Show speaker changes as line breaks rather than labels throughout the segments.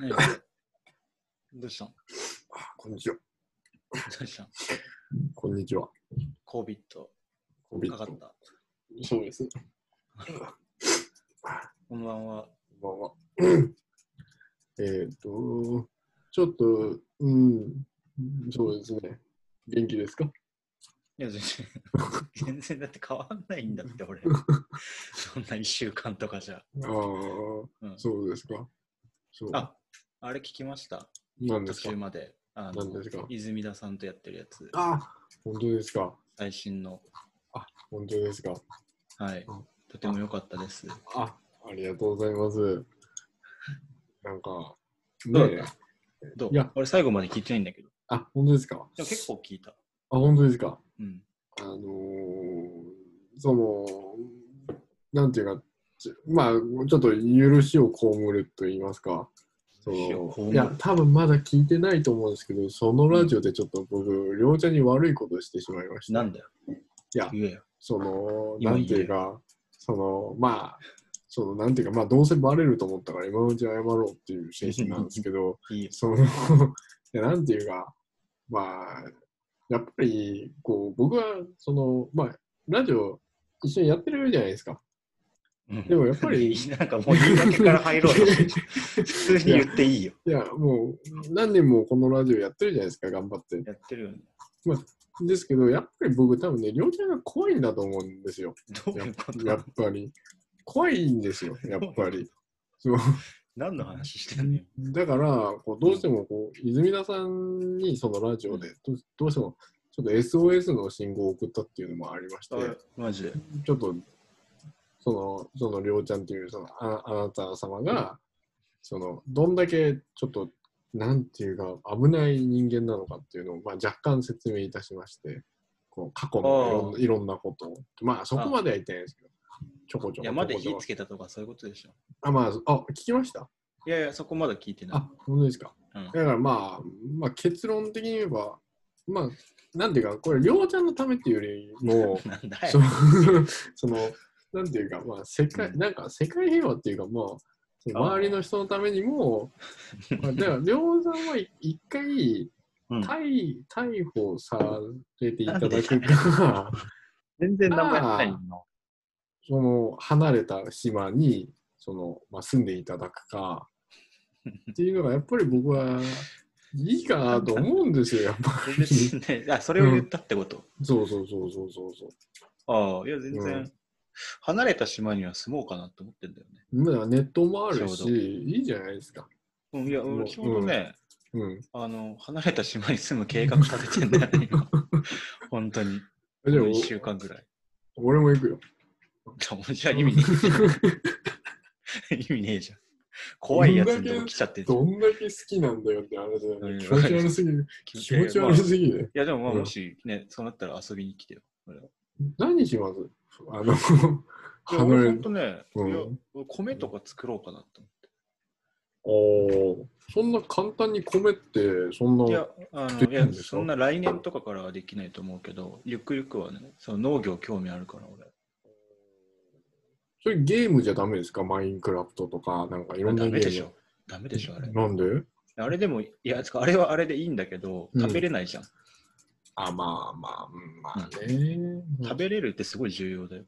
何どうしたの
こんにちは。
どうしたの
こんにちは。
?COVID
コビ
かかった。
そうですね。
こんばんは。
こんばんは。 えっと、ちょっと、うん、そうですね。元気ですか
いや、全然、 全然だって変わんないんだって、俺。そんな1週間とかじゃ。
ああ、
うん
そうですか。そう。
あ、あれ聞きました。
何で
途
すか
中まで。あ
何ですか
泉田さんとやってるやつ。
あ本当ですか。
最新の。
本当ですか。
はい
うん。
とても良かったです。
あ、ありがとうございます。なんか、
どう
ね
だったどう
いや
俺最後まで聞いてないんだけど。
あ、本当ですか。
でも結構聞いた。
あ、本当ですか。
うん。
あのーその、なんていうか、ちまあ、ちょっと許しを被ると言いますか、そ
許しを被
の
る
いや、多分まだ聞いてないと思うんですけど、そのラジオでちょっと僕、りょうちゃんに悪いことをしてしまいまし
な
た。
んだよ。
いや
言えよ。
その、
今
な
言え
んていうか、その、まあ、その、なんていうか、まあ、どうせバレると思ったから、今のうち謝ろうっていう精神なんですけど、
いいよ。
その いやなんていうかまあやっぱりこう僕はそのまあラジオ一緒にやってるじゃないですか。
で
でもやっぱり
なんかもう言い訳から入ろうとして る普通に言っていいよ。
いやもう何年もこのラジオやってるじゃないですか頑張って。
やってるよね。
ですけどやっぱり僕多分ね両ちゃんが怖いんだと思うんですよ。
どういうこ
やっ
と
ぱり怖いんですよやっぱり。そう
何の話してんのよ。
だからこうどうしてもこう泉田さんにそのラジオでどうどうしてもちょっと SOS の信号を送ったっていうのもありまして。
マジで。
ちょっと、その、その、りょうちゃんっていう、その、ああなた様が、その、どんだけ、ちょっと、なんていうか、危ない人間なのかっていうのを、まあ、若干説明いたしまして、こう、過去のいろん
あ
いろんなことを、まあ、そこまでは言ってないですけど、ちょこちょこちょこちょこ。
山で火つけたとかそういうことでしょ。
あ、まあ、あ、聞きました
いやいや、そこまだ聞いてな
あ、本当ですか。
い。うん
だから、まあ、まあ、結論的に言えば、まあ、なんていうか、これ、りょうちゃんのためっていうよりも、
なんだ
そ
よ。
の その、なんていうか、まあ、世界、なんか世界平和っていうか、まあ、その
あー
周りの人のために も、まあ、だから、りょうさんはい一回、
うん
逮、逮捕されていただく か、
全然
何もやってない
の。
その、離れた島に、その、まあ、住んでいただくか、っていうのが、やっぱり僕は、いいかなと思うんですよ、やっぱ
全
り。
然しない。あ、それを言ったってこと。
そうそうそうそうそうそう。
ああ、いや、全
う
然
ん。
離れた島には住もうかなって思ってんだよね。
まあ、ネットもある
ち
し、
ょうど
いいじゃないですか。
うん、いや、
も
俺
う
ちょうどね、
うん。
あの、離れた島に住む計画立ててんだよ ね、今。本当に。
じゃあ
1週間ぐらい。
俺も行くよ。
じゃあ、じゃあ意味ねえ。意味ねえじゃん。怖いやつに来ちゃってんじゃん
どんだけ好きなんだよって話だよ
うん
ね。気持ち悪すぎる。
気
気持ち
まあ
悪すぎる。
いや、でも、まあ、
うん
もしね、そうなったら遊びに来てよ。俺は
何しますあの、
いや俺
離れ
ほんとね、
うん
いや俺米とか作ろうかなと
おーそんな簡単に米って、そんな。
思って。い
あ
や、あ
で
の、
き
い
る
や
ん、ですか
そんな来年とかからはできないと思うけど、ゆくゆくはね、その農業興味あるから、俺。
それゲームじゃダメですかマインクラフトとか、なんかいろんな
ダ
ゲ
メでし
ー
ょ。ダメでしょ、あれ
ム。。なんで
あれでも、いや、つかあれはあれでいいんだけど、
うん
食べれないじゃん。
あ、まあまあ、うんまあね。
食べれるってすごい重要だよ。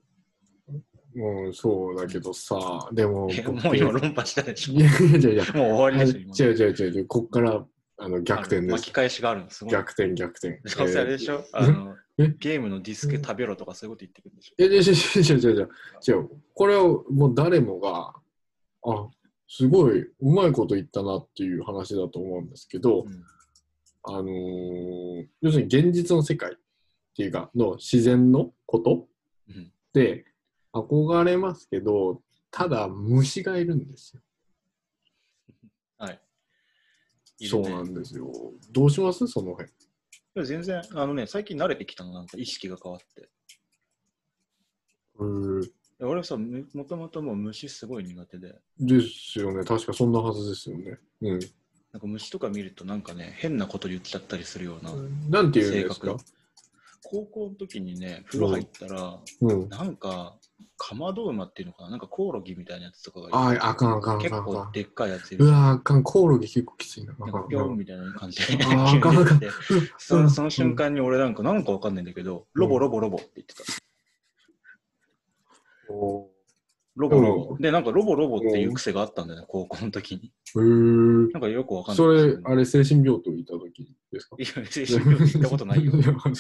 うん、そうだけどさ、でも、
いや
僕
もう今論破したでしょ。
いやいやいやいや、
もう終わりでしょ、今。
違う違う違う違う、こっからあの逆転
あの
で
巻
す
き。返しがあるの、すごい。
逆転、逆転。
どうせあれでしょ、あの
え
ゲームのディスク食べろとかそういうこと言ってくるんでしょ。
え、違う違う違う違う違う違う。これをもう誰もが、あ、すごい、うまいこと言ったなっていう話だと思うんですけど、
うん
あのー要するに現実の世界っていうか、の自然のこと
うん
で憧れますけど、ただ虫がいるんですよ。
はい。いる
そ
ね
うなんですよ。どうしますその辺。
でも全然、あのね、最近慣れてきたの、なんか意識が変わって。
うー
俺はさ、むもともともう虫すごい苦手で、
ですよね。確かそんなはずですよね。うん。
なんか虫とか見るとなんかね、変なこと言っちゃったりするような。
なんて言うんですか
性格高校の時にね、風呂入ったら、
うん。
なんか、かまど馬っていうのかななんかコオロギみたいなやつとかがいる
ああ、あかんあかんあ
結
かんあか
構
ん。
でっかいやついる
う。わ、あかん。コオロギ結構きついな。あ
なん
か
か
ん
ピョンみたいな感じで
あーわかるわかる
そのその瞬間に俺なんかなんかわかんないんだけど、ロボロボロボって言ってた。
お
ロボロボ。で、なんかロボロボっていう癖があったんだよね、高校の時に。
ーへ
なんかよくわ
え。
かんない
そ
んです
れ
け、ど
あれ、精神病棟にいた時ですか
いや、別に行ったこと ないよ。
やそう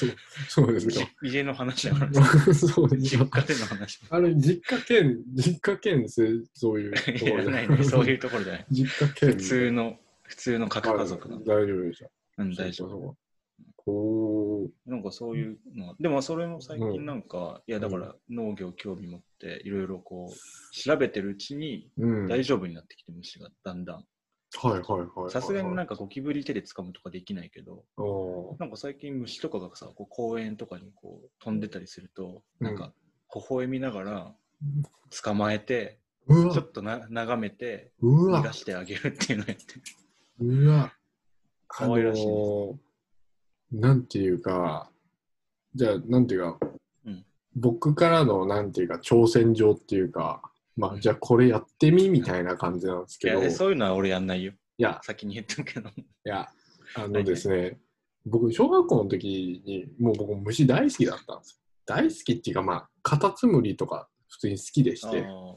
そうですか。
家の話だから、
そうです
実
か。
家での話。
あれ、実家兼、実家兼せ、そういうと
い
ころ
や
じゃ
な
ない
いね、そういうところじゃない。
実家兼。
普通の、普通の核家族な
はい。
の
大丈夫でした。
うん、大丈夫。
夫。おー
なんかそういうのは、でもそれも最近なんか、いやだから農業興味持って、いろいろこう、調べてるうちに
うん。
大丈夫になってきて、虫がだんだん。
はいはいはいはい。
さすがになん
か。
んかゴキブリ手で掴むとかできないけど、
おー
なんか最近虫とかがさ、こう公園とかにこう飛んでたりすると、
うん
なんか微笑みながら捕まえて、
う
ちょ
わ、
っとな眺めて、
う
逃
わ
が、してあげるっていうのをやってる。
うわ。
可愛らしいです
あのーなんていうか、じゃあ、なんていうか、
うん
僕からのなんていうか、挑戦状っていうか、まあ、じゃあこれやってみみたいな感じなんです
い
けど、
や、
い
そういうのは俺やんないよ。
や、
先に言っとくけど。
いや、あのですね、僕、小学校の時に、もう僕、虫大好きだったんですよ。大好きっていうか、まあ、カタツムリとか、普通に好きでし
あ
て。
ー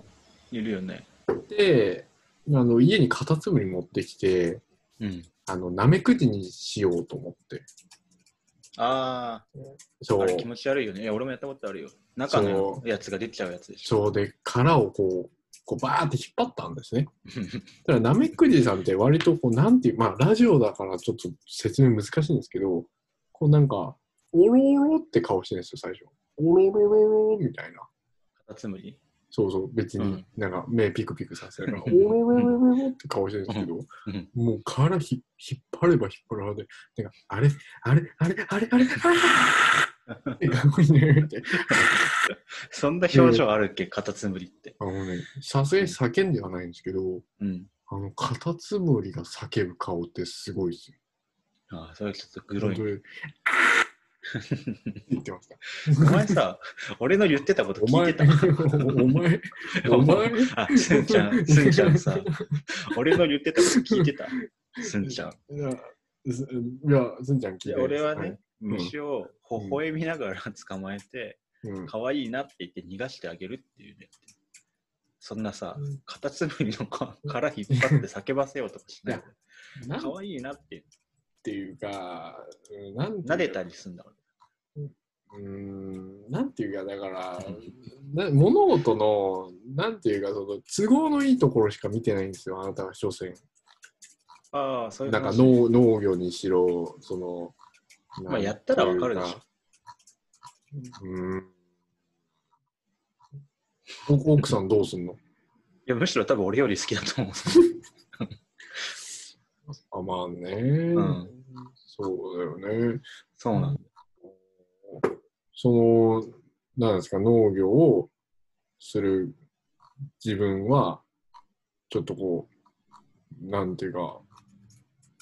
いるよね。
で、あの家にカタツムリ持ってきて、
うん。
あの、ナメクジにしようと思って。
ああ。
そ
あ
う
れ。気持ち悪いよね。いや俺もやったことあるよ。中の
そ
やつが出ちゃうやつでしょ。
そうで、殻をこう、こうバーって引っ張ったんですね。だから、ナメクジさんって割とこう、なんていう、まあ、ラジオだからちょっと説明難しいんですけど、こうなんか、おろおろって顔してるんですよ、最初。おろろろろろみたいな。
カタツムリ。
そうそう、別
う
に
ん、
なんか目ピクピクさせるから、お
う
ーお
ん
ーおーおーおーって顔してるんですけど、
うん
もう殻ひ引っ張れば引っ張るほど、なんか、あれ、あれ、あれ、あれ、あれ、あーって顔してるって
そんな表情あるっけ、カタツムリって。
あのね、 さすがに叫んではないんですけど、
うん。
あの、カタツムリが叫ぶ顔ってすごいですよ。
ああ、それはちょっとグロい
本
ね。
当に言ってました。
お前さ、俺の言ってたこと
お
聞
前
いてた。、
お前、 お前、
あ、すんち ゃん、すんちゃんさ、俺の言ってたこと聞いてた。すんちゃん。
いや、すいやすんちゃん聞い
い
て
や、俺は
は
ね
い、
虫を微笑みながら 捕まえて、
うん
可愛いなって言って逃がしてあげるっていうね。そんなさ、カタツムリの殻引っ張って叫ばせようとかしない。
なん
可愛いなって
っていうか、うんなんていうか
撫でたりすんだもん
うーん、なんていうか、だから、な物事の、なんていうか、その都合のいいところしか見てないんですよ、あなたは所詮。
ああ、そういう
なんか
話
農農業にしろ、その、
まあ、やったらわかるでしょ。
ょ。うん。お奥さんどうすんの
いや、むしろ多分俺より好きだと思う。
あ、まあね、
ん
そうだよね。
そうなんだ。
その、なんですか、農業をする自分は、ちょっとこう、なんていうか、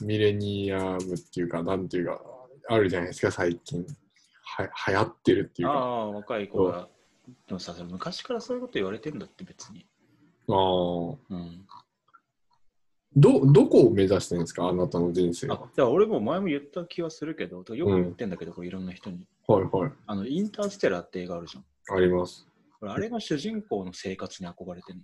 ミレニアムっていうか、なんていうか、あるじゃないですか、最近。は流行ってるっていう
あ
か。あ
あ、若い子が。でもさ、それ昔からそういうこと言われてんだって別に。
あー。
うん。
ど、どこを目指してるんですか、あなたの人生
あ、
は。
だから俺も前も言った気はするけど、よく言ってんだけど、これいろんな人に。
はいはい。
あの、インターステラーって映画あるじゃん。
あります。
俺あれの主人公の生活に憧れてん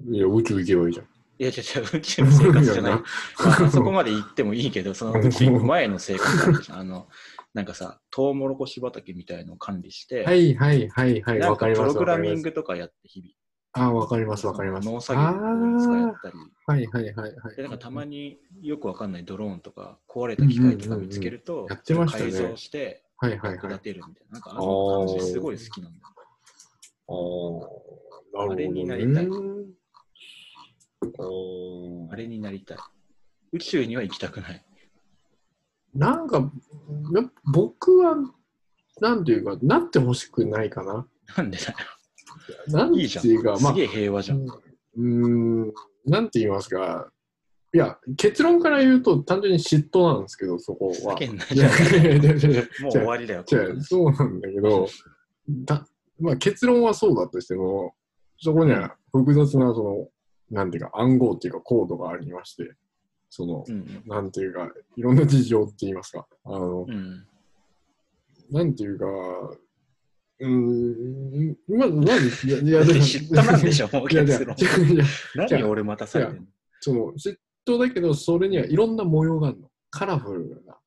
の。
いや、宇宙行けばいいじゃん。
いや、違う違う、宇宙の生活じ ゃない。
いや
まああそこまで行ってもいいけど、その宇宙行く前の生活ある じゃん。あの、なんかさ、トウモロコシ畑みたいのを管理して、
はいはいはいはい、
なん
わ
か
かり
プ
ま
ロ
す。
グ
わ
ラ
か
ミ
りま
ン
す。
グとかやって日々。
あー、わかります、わかります。
農作業とかやったり。
あーはいはいはいはい。
でなんかたまによくわかんないドローンとか壊れた機械とか見つけると、
んやってましたね
改造して
はいはいは
役
い。ああ、な
立
る
てるみたいな。なんかあの感じすごい好きなんだよ。
ほど、ね。
あれになりたい
おー
あれになりたい。宇宙には行きたくない。
なんか、やっぱ僕は、なんていうか、なってほしくないかな。
なんで だよ。
なんて
い
い
いじゃん。
うか、ますあ、
げえ平和じゃん。
うーん、なんて言いますか、いや、結論から言うと、単純に嫉妬なんですけど、そこ
ふざ
は。
けんないじゃ
や
ん。
いやいやいやいや
もう終わりだよ。
違う、そうなんだけど、だまあ、結論はそうだとしても、そこには複雑な、その、なんていうか、暗号っていうか、コードがありまして、その、
うん
なんていうか、いろんな事情って言いますか、あの、
うん
なんていうか、うーん、まあ、なんいや、いや、
だって 知ったなんでし
ょ。
ょ、もう
いや、いや、
結論。
いやいや
何俺待たされてんの
その、嫉妬だけど、それにはいろんな模様があるの。カラフルな。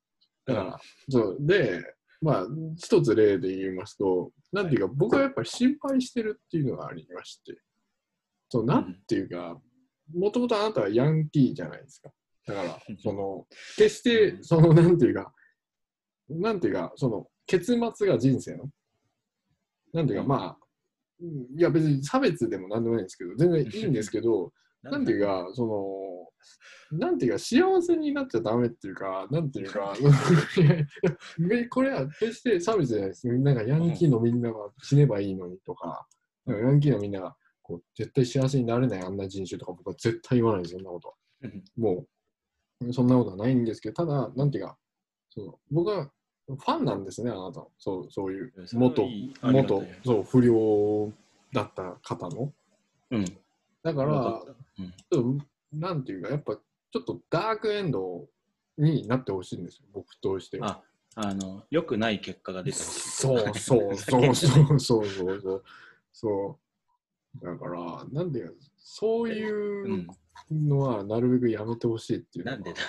だから、そう。で、まあ、一つ例で言いますと、なんていうか、僕はやっぱり心配してるっていうのがありまして、そう、なんていうか、もともとあなたはヤンキーじゃないですか。だから、その、決して、その、なんていうか、なんていうか、その、結末が人生の。なんていうか、
うん
まあ、うんいや別に差別でもなんでもないんですけど、全然いいんですけど、なんていうか、その、なんていうか、幸せになっちゃダメっていうか、なんていう か、いやいやこれは決して差別じゃないです。なんかヤンキーのみんなが死ねばいいのにとか、なんかヤンキーのみんながこう絶対幸せになれないあんな人種とか、僕は絶対言わないです、そんなことは。
うん
もう、そんなことはないんですけど、ただ、なんていうか、その僕はファンなんですね、あなたの。そうそういう、元、元、そう、不良だった方の。
うん、
だか
だ
ら、ちょっとなんていうか、やっぱちょっとダークエンドになってほしいんですよ、僕としては。
ああの、良くない結果が出たりする
そうそうそうそうそうそうそう。そうだから、なんで、そう
う、
いうんのはなるべくやめてほしいっていうのが。
なんでだ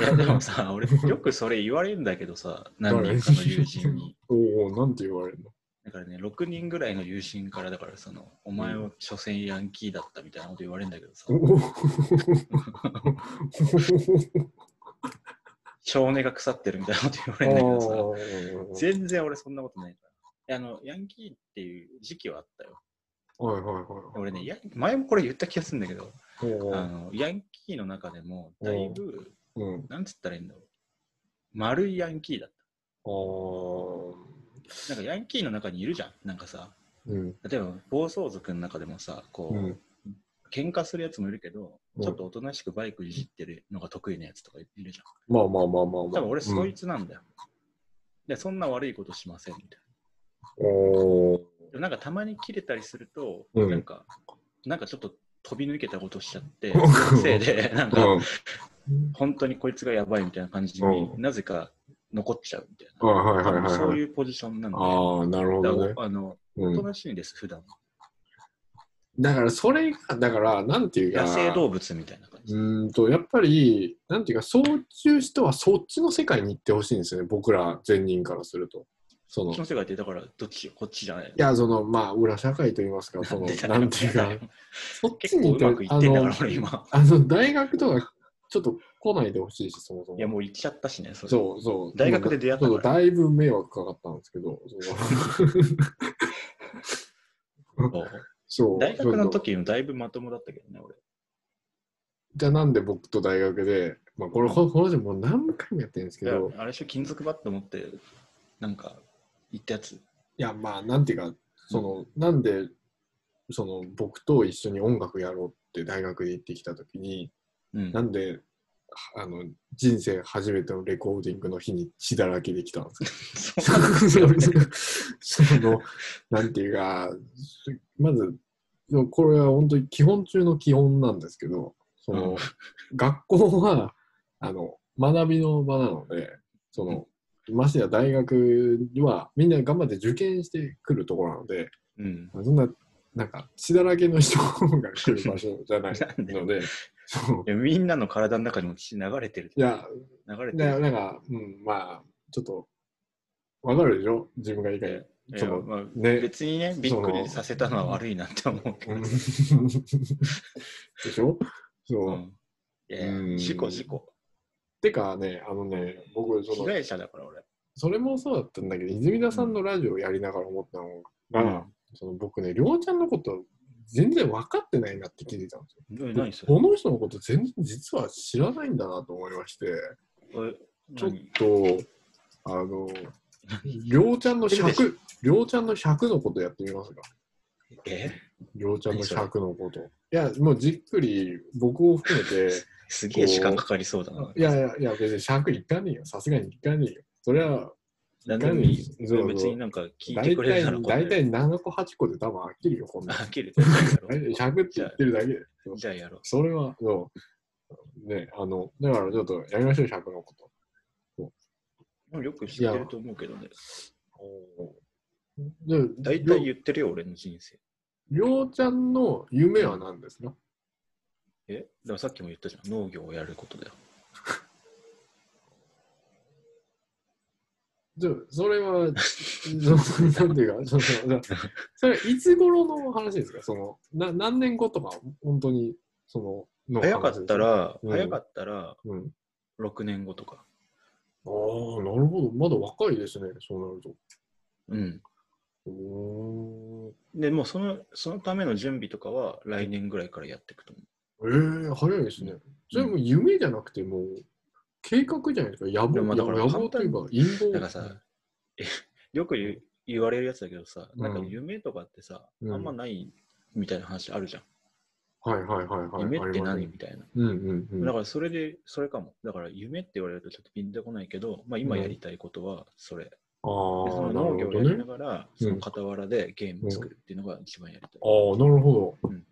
いやでもさ、俺、よくそれ言われるんだけどさ、何人かの友人に。
おお、なんて言われるの
だからね、6人ぐらいの友人から、だからその、お前は所詮ヤンキーだったみたいなこと言われるんだけどさ、
おお
少年が腐ってるみたいなこと言われるんだけどさ、全然俺そんなことないから。いやあの、ヤンキーっていう時期はあったよ。
はいはいはい。
俺ね、ヤン前もこれ言った気がするんだけど、
おお
あのヤンキーの中でも、だいぶ、
うん。
なんつったらいいんだろう。丸いヤンキーだっ
あー
た。なんかヤンキーの中にいるじゃん。なんかさ、
うん。
例えば暴走族の中でもさ、こう、
うん
喧嘩するやつもいるけど、
うん
ちょっとおとなしくバイクいじってるのが得意なやつとかいるじゃん。
まあまあまあまあまあ。
多分
う
俺
ん
そいつなんだよ。で、そんな悪いことしませんみたい
おー
な。でもなんかたまに切れたりすると、
うん
なんか、なんかちょっと飛び抜けたことしちゃって、
うん
そのせい で、なんか、
うん
本当にこいつがやばいみたいな感じに
うん
なぜか残っちゃうみたい
あはいはいはい
な。
はい。
そういうポジションなんだよ。
ああ、なるほ
だ
ど
から
ね。
おあの、
う
おと
ん、
なしいんです、普段。
だから、それが、だから、なんていうか、
野生動物みたいな感じ。
うーんと、やっぱり、なんていうか、そういう人はそっちの世界に行ってほしいんですよね、僕ら全人からすると。その、
そ
い
の世界って、だから、どっちよ、こっちじゃない。
や、その、まあ、裏社会といいますか、その、なんていうか、そっち
結
に
構
行
うまくいってんだから、俺
あの
今。
あの、大学とか、ちょっと来ないでほしいし、そもそも。
いや、もう行っちゃったしね、それ
そうそう。
大学で出会ったから
そうだいぶ迷惑かかったんですけど、そう
そう
そう。
大学の時もだいぶまともだったけどね、俺。
じゃあなんで僕と大学で、まあ、これ、このこの人もう何回もやってるんですけど、
いやあれしょ、金属バット持って、なんか、行ったやつ。
いや、まあ、なんていうか、その、なんで、その、僕と一緒に音楽やろうって大学で行ってきたときに、
うん
な。んで、あの、人生初めてのレコーディングの日に血だらけできたんですか
そうなんですよね。
その、なんていうか、まず、でもこれは本当に基本中の基本なんですけど、その、
うん
学校はあの学びの場なのでその、ましてや大学にはみんな頑張って受験してくるところなので
うん。
そんななんか血だらけの人が来る場所じゃない
なんで
のでそう
いやみんなの体の中にも血流れてる。
いや
流れて
な
る。
なんか、うん、まあちょっとわかるでしょ自分がいいか
えいや
その
まあ
ね。
別にね、びっくりさせたのは悪いなって思うけど。
う
うんん
でしょそう、
いや
う
い
ん
や、事故、事故。
てかねあのね僕そ
被
の
害者だから、俺。
それもそうだったんだけど泉田さんのラジオをやりながら思ったのが、その僕ね、りょうちゃんのこと全然分かってないなって気づいたんです
うん。
よ。
何それ
この人のこと全然実は知らないんだなと思いまして、
え
ちょっ
何
と、あの、りょうちゃんの
知って
100、
る
りょうちゃんの100のことやってみますか。
え
りょうちゃんの
何それ
100のこと。いや、もうじっくり僕を含めて、
す げえ時間かかりそうだな。
いやいや、いや別に100いかねえよ。さすがにいかねえよ。それは、
何
か
でもい
に
い
そうそう
別になんか聞いて
大
くれるなら
体、
答え
大
る
体7個、8個で多分飽きるよ、こ んな。
あ、切る。じゃあやろう
100って言ってるだけで。そう
じゃあやろう。
それは、そう。ね、あの、だからちょっとやりましょう、100のこと。
もうよく知ってると思うけどね。
で
大体言ってるよ、俺の人生。
りょうちゃんの夢は何ですか
えでもさっきも言ったじゃん。農業をやることだよ。
じゃあそれ は、そのなんていうか、そのそのそれいつ頃の話ですかそのな何年後とか、本当に、その、の
早かった、ら、
うん
早かったら
うん、
6年後とか。
ああ、なるほど、まだ若いですね、そうなると。
うん。
う
でもうその、そのための準備とかは来年ぐらいからやっていくと思う。
ーんええ早いですね。それもう夢じゃなくて、もう、計画じゃないですか、野
で
望、
もまあだから
野望というか、陰謀。
だからさ、えよく言う言われるやつだけどさ、なんか
うん
夢とかってさ、
うん
あんまないみたいな話あるじゃん。
はいはいはいはい。
夢
あ
っ
り
て
ます
何
ね
みたいな。
うんうんうん。
だからそれで、それかも。だから夢って言われるとちょっとピンとこないけど、まあ今やりたいことはそれ。で
ああ
その
ー、なる
農業
ほ
を
ど
やりな
ね。
がら、
うん
その傍らでゲーム作るっていうのが一番やりたい。
ああ、なるほど。
うん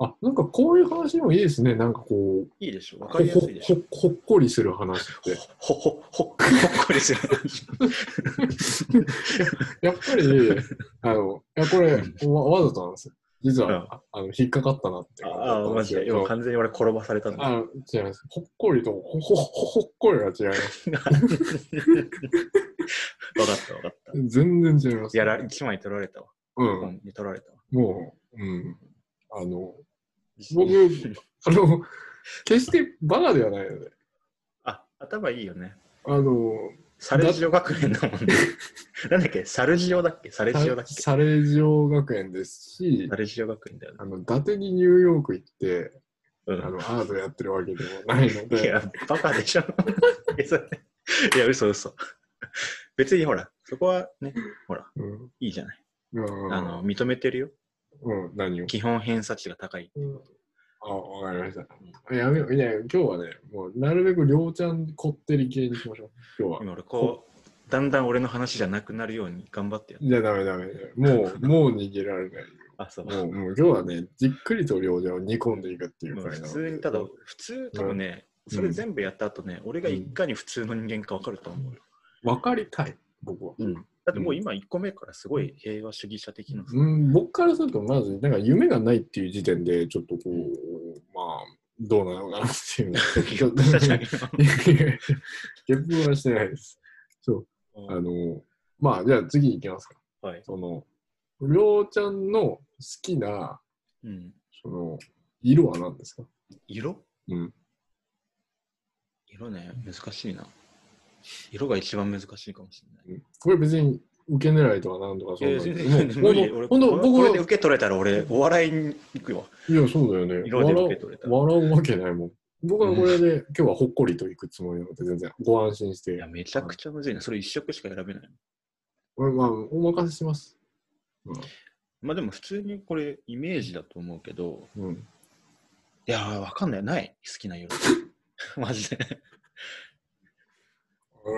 あ、なんかこういう話もいいですね。なんかこう、
いいでしょわかりやすいでしょ
ほほほっこりする話 って。
ほほほほっこりする話。
やっぱり、あの、いやこれわ、わざとなんですよ。実は、
うん
あの引っかかったなっていうのが
ああ、
ったん
マ
す
ジ
よ
で。今完全に俺転ばされ たんだ。
あの違います。ほっこりとほほほほっこりが違います。
わかったわかった。
全然違います。
やら、一枚取られたわ。
うん。
本に取られたわ。
もう、うん。あの、僕、あの、決してバカではないので、
あ、頭いいよね。
あの、
サレジオ学園だも んね。なんだっけサルジオだっけサレジオだっけサ
サレジオ学園ですし、
レジオ学園だよね
あ。の伊達にニューヨーク行って、
う
あの
ん
アートやってるわけでもないの
い
で、
や、バカでしょ。 いやそれいや、嘘嘘。別にほら、そこはね、ほら、
うん
いいじゃない。
うん
あの、認めてるよ。
うん、何を
基本偏差値が高い。
あ、わかりました。やめよう。いや、今日はね、もうなるべくりょうちゃんこってり系にしましょう。今日は。
今俺こう、だんだん俺の話じゃなくなるように頑張ってやる。
じゃあダメダメ。もう、もう逃げられない。
あ、そう。
もう、もう今日はね、じっくりとりょうちゃんを煮込んでいくっていう
もう
感じ
普
なので
通に、ただ、普通、多分ね、
うん
それ全部やった後ね、俺がいかに普通の人間か分かると思うよ。
わかりたい、僕は。
だってもう今1個目からすごい平和主義者的なさ。
うん、僕からすると、まず、なんか夢がないっていう時点で、ちょっとこう、まあ、どうなのかなってい うのは
いや私たちだ け
いやいやいやゲップはしてないです。そう。
の
あの、まあ、じゃあ次行きますか。
はい。
その、りょうちゃんの好きな、
うん。
その、色は何ですか
色
うん。
色ね、難しいな。色が一番難しいかもしれない。
これ別に受け狙いとかなんとか
い
そ
や
う
い
な
や
んで
全然全然無理。俺、
ほんとほんと
こ
僕
れ
は
で受け取れたら俺、お笑いに行くよ。
いや、そうだよね。
色で受
笑
け取れた
う笑うわけないもん。僕はこれで、今日はほっこりと行くつもりなので、全然ご安心し
い
て
や、。めちゃくちゃむずいな。それ一色しか選べない。
俺まあ、お任せします。
まあでも普通にこれ、イメージだと思うけど、
うん。うん、
いやー、わかんない。ない。好きな色。 マジで。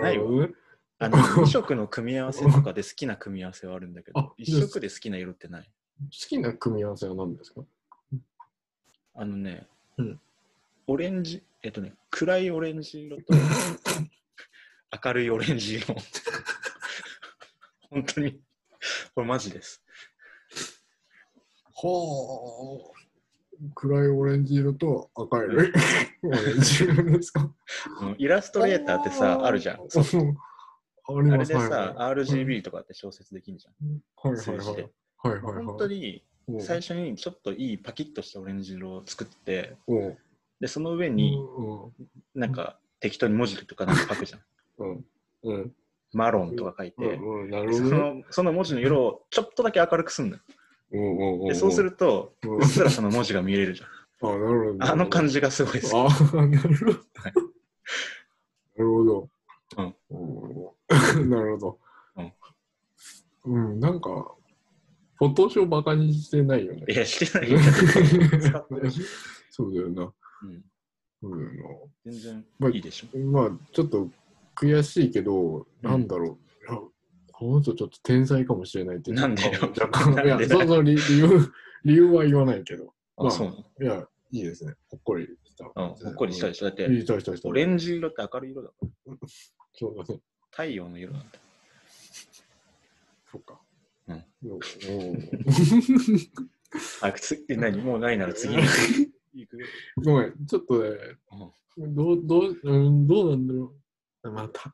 ないわ
ね。
あの、2色の組み合わせとかで好きな組み合わせはあるんだけ
あ
ど、1色で好きな色ってない。
好きな組み合わせは何ですか
あのね、
うん
オレンジ、えっとね、暗いオレンジ 色と明るいオレンジ色。本当に、これマジです。
はあ。暗いオレンジ色と赤いオレンジ色ですか
うんイラストレーターってさ、あるじゃん。
そう。あり
あ
ま
れですさ、
はい
RGB とかって小説できるじゃん。
はいはい
数字で。
はいはいはいはい。
本当に
うん
最初にちょっといいパキッとしたオレンジ色を作って、
うん
で、その上になんか適当に文字とかなんか書 くじゃん。
うんうん
マロンとか書い
うん
て、
うんなる
そ
ほどね。
のその文字の色をちょっとだけ明るくすんのよ。
うんうんうん
で、そうすると、
うん
うっすらその文字が見えるじゃん。
あなるほど。
あの感
じ。
じがすごいです。
あなるほど。なるほど。
うん
うん。なるほど。うん。うん、なんか、フォトショーバカにしてないよね
い。や、してないよ。使ってる
そうだよな。
うん、
そうだよな。
全然
まあ
いいでしょ。
まあちょっと悔しいけど、
うん
なんだろういやこの人ちょっと天才かもしれないって。
なんでよ
若干
なん
い
で
や、その理理由、理由は言わないけど。ま
あ、
あ
そうなの
いや、いいですね。ほっこりした。
うん、ほっこりしたでしょ。だって、
いいしたしたした
オレンジ色って明るい色だから。
そうだね。
太陽の色なんだ。
そうか。
うん
お。お
あ、次、何もうないな ら次に行くよ。
ごめん、ちょっとね、どう、どう、うん、どうなんだろう。まあ、た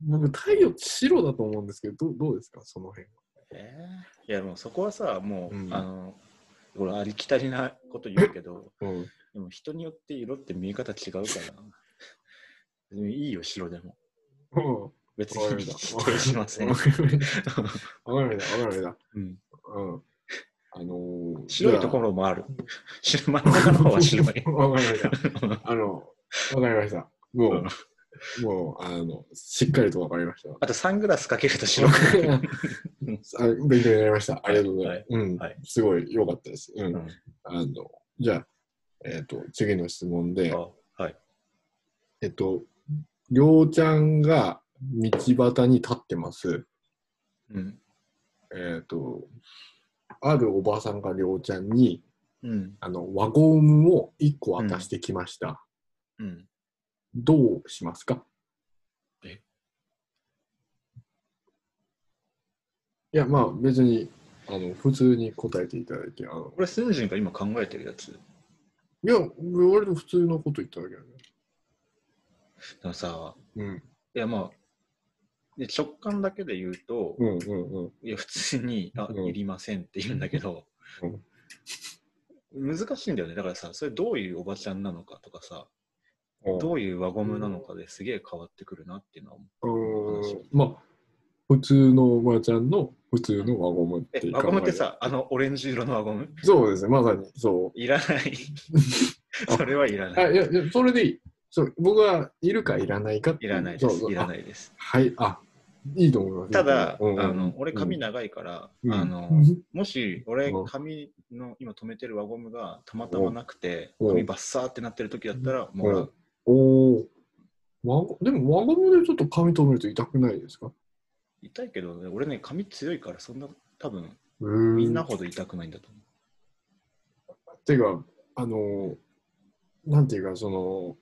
僕、太陽白だと思うんですけど、どうどうですか、その辺は。
えーいや、もうそこはさ、もう、
うん
あの、これありきたりなこと言うけど、
うん。
でも人によって色って見え方違う から。でもいいよ、白でも。別
わか
に
りま
否
した
定しません
わ。かりました。わかりました。わかりまし
うん
た。うん。あのー、
白いところもある。白真ん中の方は白い。
わかりました。あの、わかりました。もう、もう、あの、しっかりとわかりました。
あとサングラスかけると白くなる。
あ勉強になりま した。ありがとうございます。うん
はい
すごい良かったです。う
うんん
あのじゃあ、えっと、次の質問で、
あはい。
えっと、りょうちゃんが道端に立ってます。
うん。
えっと、あるおばさんがりょうちゃんに、
うん。
あの、輪ゴムを1個渡してきました。
うん。
どうしますか
え
いや、まあ別に、あの、普通に答えていただいて、あの
こ、れ、スンジンが今考えてるやつ。
いや、割と普通のこと言っただけだね。
でもさ、
うん。
いやまあ、で直感だけで言うと、
うんうんうん。
いや普通に、あ、
うん
いりませんって言うんだけど、難しいんだよね。だからさ、それどういうおばちゃんなのかとかさ、どういう輪ゴムなのかですげえ変わってくるなっていうのは思う。
うーんまあ、普通のおばあちゃんの普通の輪ゴムって
え、
いう
輪
考え
ゴムってさ、あのオレンジ色の輪ゴム
そうですね、まさにそ
いらない。
あ
それはいら
う。あ
ないい。
や、いやそれでいい。そう僕はいるかいらないかって
いうらないで
そう
す
そ。う
いら
あ
ないです。
はい、あいいと思います。
ただ、
うん
あの俺髪長いから、
うん
あのもし俺
うん
髪の今止めてる輪ゴムがたまたまなくて、
うん
髪バッサーってなってる時だったら、も
うん
う、
おおー。輪でも輪ゴムでちょっと髪留めると痛くないですか
痛いけどね、俺ね、髪強いから、そんな、多分み
み
んなほど痛くないんだと思
ていうか、あのー、なんていうか、その、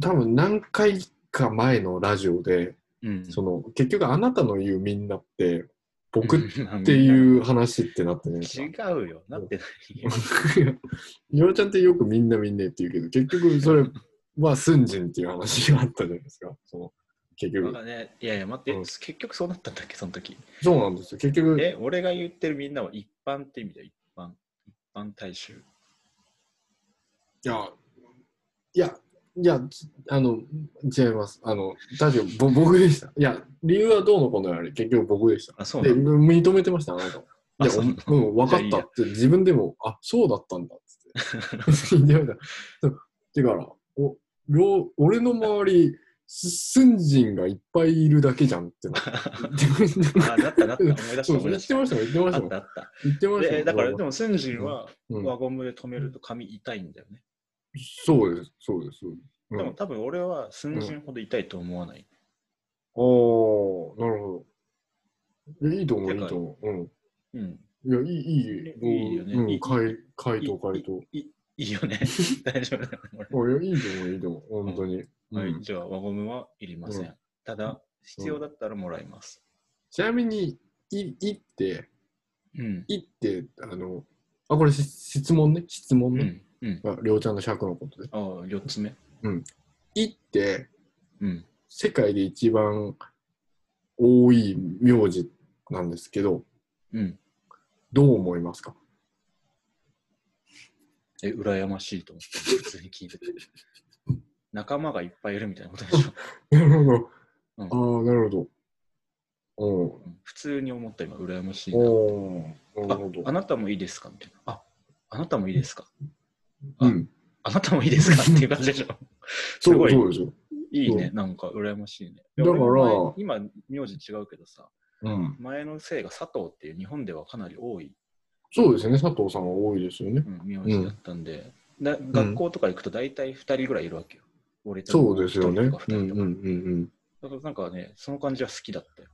多分何回か前のラジオで、
う。うん
その、結局あなたの言うみんなって、僕っ
って
いう
う
話ってなってね。
違うよ、なってないよ。
いろちゃんってよくみんなみんなって言うけど、結局そ れはスンジンっていう話があったじゃないですか。その結
だ
局
か。らね、いやいや、待って、
うん
結局そうなったんだっけ、その時。
そうなんですよ。結局、
え、俺が言ってるみんなは一般って意味だよ、一般。一般大衆。
いや、いや、いや、つあの、違います。あの、大丈夫、ぼ僕でした。いや、理由はどうのこうのより、結局僕でした。
あ、そう
で、
なの
認めてました、あなた。
あ
いや、
そうな
うん、分か
じゃあい
っ
い
た
や
って、自分でも、あ、そうだったんだっつって。い やいやそうてから、お、ろ俺の周り、すスンジンがいっぱいいるだけじゃんってなって。
あ、なったなった、思い出した
そう
思い
言
出
っ
してた。
ましたよ、言ってまし
あ
た
った
よ。
あった。
言ってました
で
よ。
だからでもスンジンは
うん
輪ゴムで止めると髪痛いんだよね。
そうです、そうです。うん
でも多分俺はスンジンほど痛いと思わない。
ああ、なるほど。いやいいと思う、
て
い
か
いと思う。うん。
うん。
いや、いい、いい。
いいよね
うん、
いい
回回答、回答。
いいいいよね。 大丈夫だよね
あいや、いいと思う、いいと思う。本当に。
俺。は
う
い、
ん
じゃあ輪ゴムはいりません。
う
ただ、必要だったらもらいます。
ちなみに、い、いって、
うん。
いって、あの、あ、これし質問ね、質問
う
ね。
ん。うん。
あ、りょうちゃんの尺のことで。
ああ、4つ目。
いって、
うん。
世界で一番多い名字なんですけど、
うん。
どう思いますか
え、羨ましいと思って、普通に聞いてて。仲間がいっぱいいるみたいなことでしょ。
なるほど。
うん
ああ、なるほど。うん。
うん普通に思った今、羨ましいな。
おーな
あ
るほど。
あなたもいいですかみたいな。あ、あなたもいいですかあ
うん。
あなたもいいですかっていう感じでし ょ。す
そ
ご
う、
い
そうでしょ。
いいね
う。
なんか羨ましいね。
だから
俺も前今、名字違うけどさ、
うん。
前の姓が佐藤っていう日本ではかなり多い、
そうですよね。佐藤さんは多いですよね。
うん名字だったんで、だ学校とか行くと大体2人ぐらいいるわけよ。俺と
そうですよね。
1人とか
うんう
2人
ん
と
うん
か。だからなんかね、その感じは好きだったよ。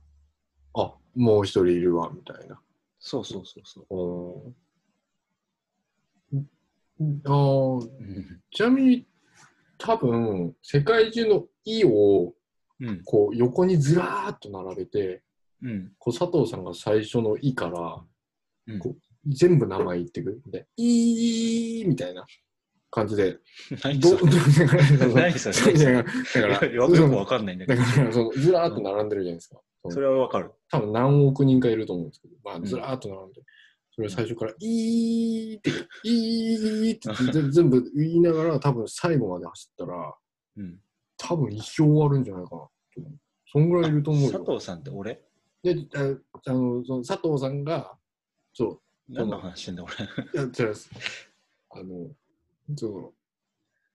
あもう一人いるわみたいな。
そうそうそうそう。
おあー
うん
ちなみに多分世界中の「い」を
うん。
こう横にずらーっと並べて
うん。
こう佐藤さんが最初の「い」から
うん
こ全部名前言ってくるで「い」みたいな感じで
何
ど
それ
だから
何そ れ
だからだか
いやよくわかんないんだけ
らだ
ど。
からそのずらーっと並んでるじゃないですか。
それはわかる。
多分何億人かいると思うんですけど、まあ、
ん
ずらーっと並んで、それを最初から、いーって、いーってぜ全部言いながら、多分最後まで走ったら、
うん。
多分一票終わるんじゃないかなと思う。そんぐらいいると思う
佐
よ。
藤さんって俺
で、ああのその佐藤さんが、そう、
何の話してんだ俺。
いや、違います。あの、その、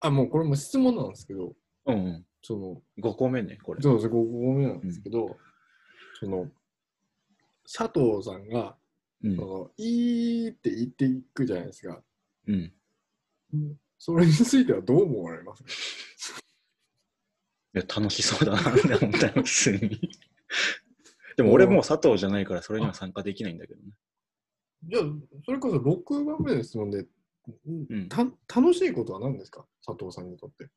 あ、もうこれも質問なんですけど、
うんうん。
その、
5個目ね、これ。
そうですごごめんなんですけど、その、佐藤さんが、
う
そ
ん。
のいーって言っていくじゃないですか。
うん。
それについてはどう思われますか
いや、楽しそうだなって思ったよ、普通に。 でも俺もう佐藤じゃないから、それには参加できないんだけどね。
じゃあ、それこそ6番目の質問で、
うん
た楽しいことは何ですか佐藤さんにとって。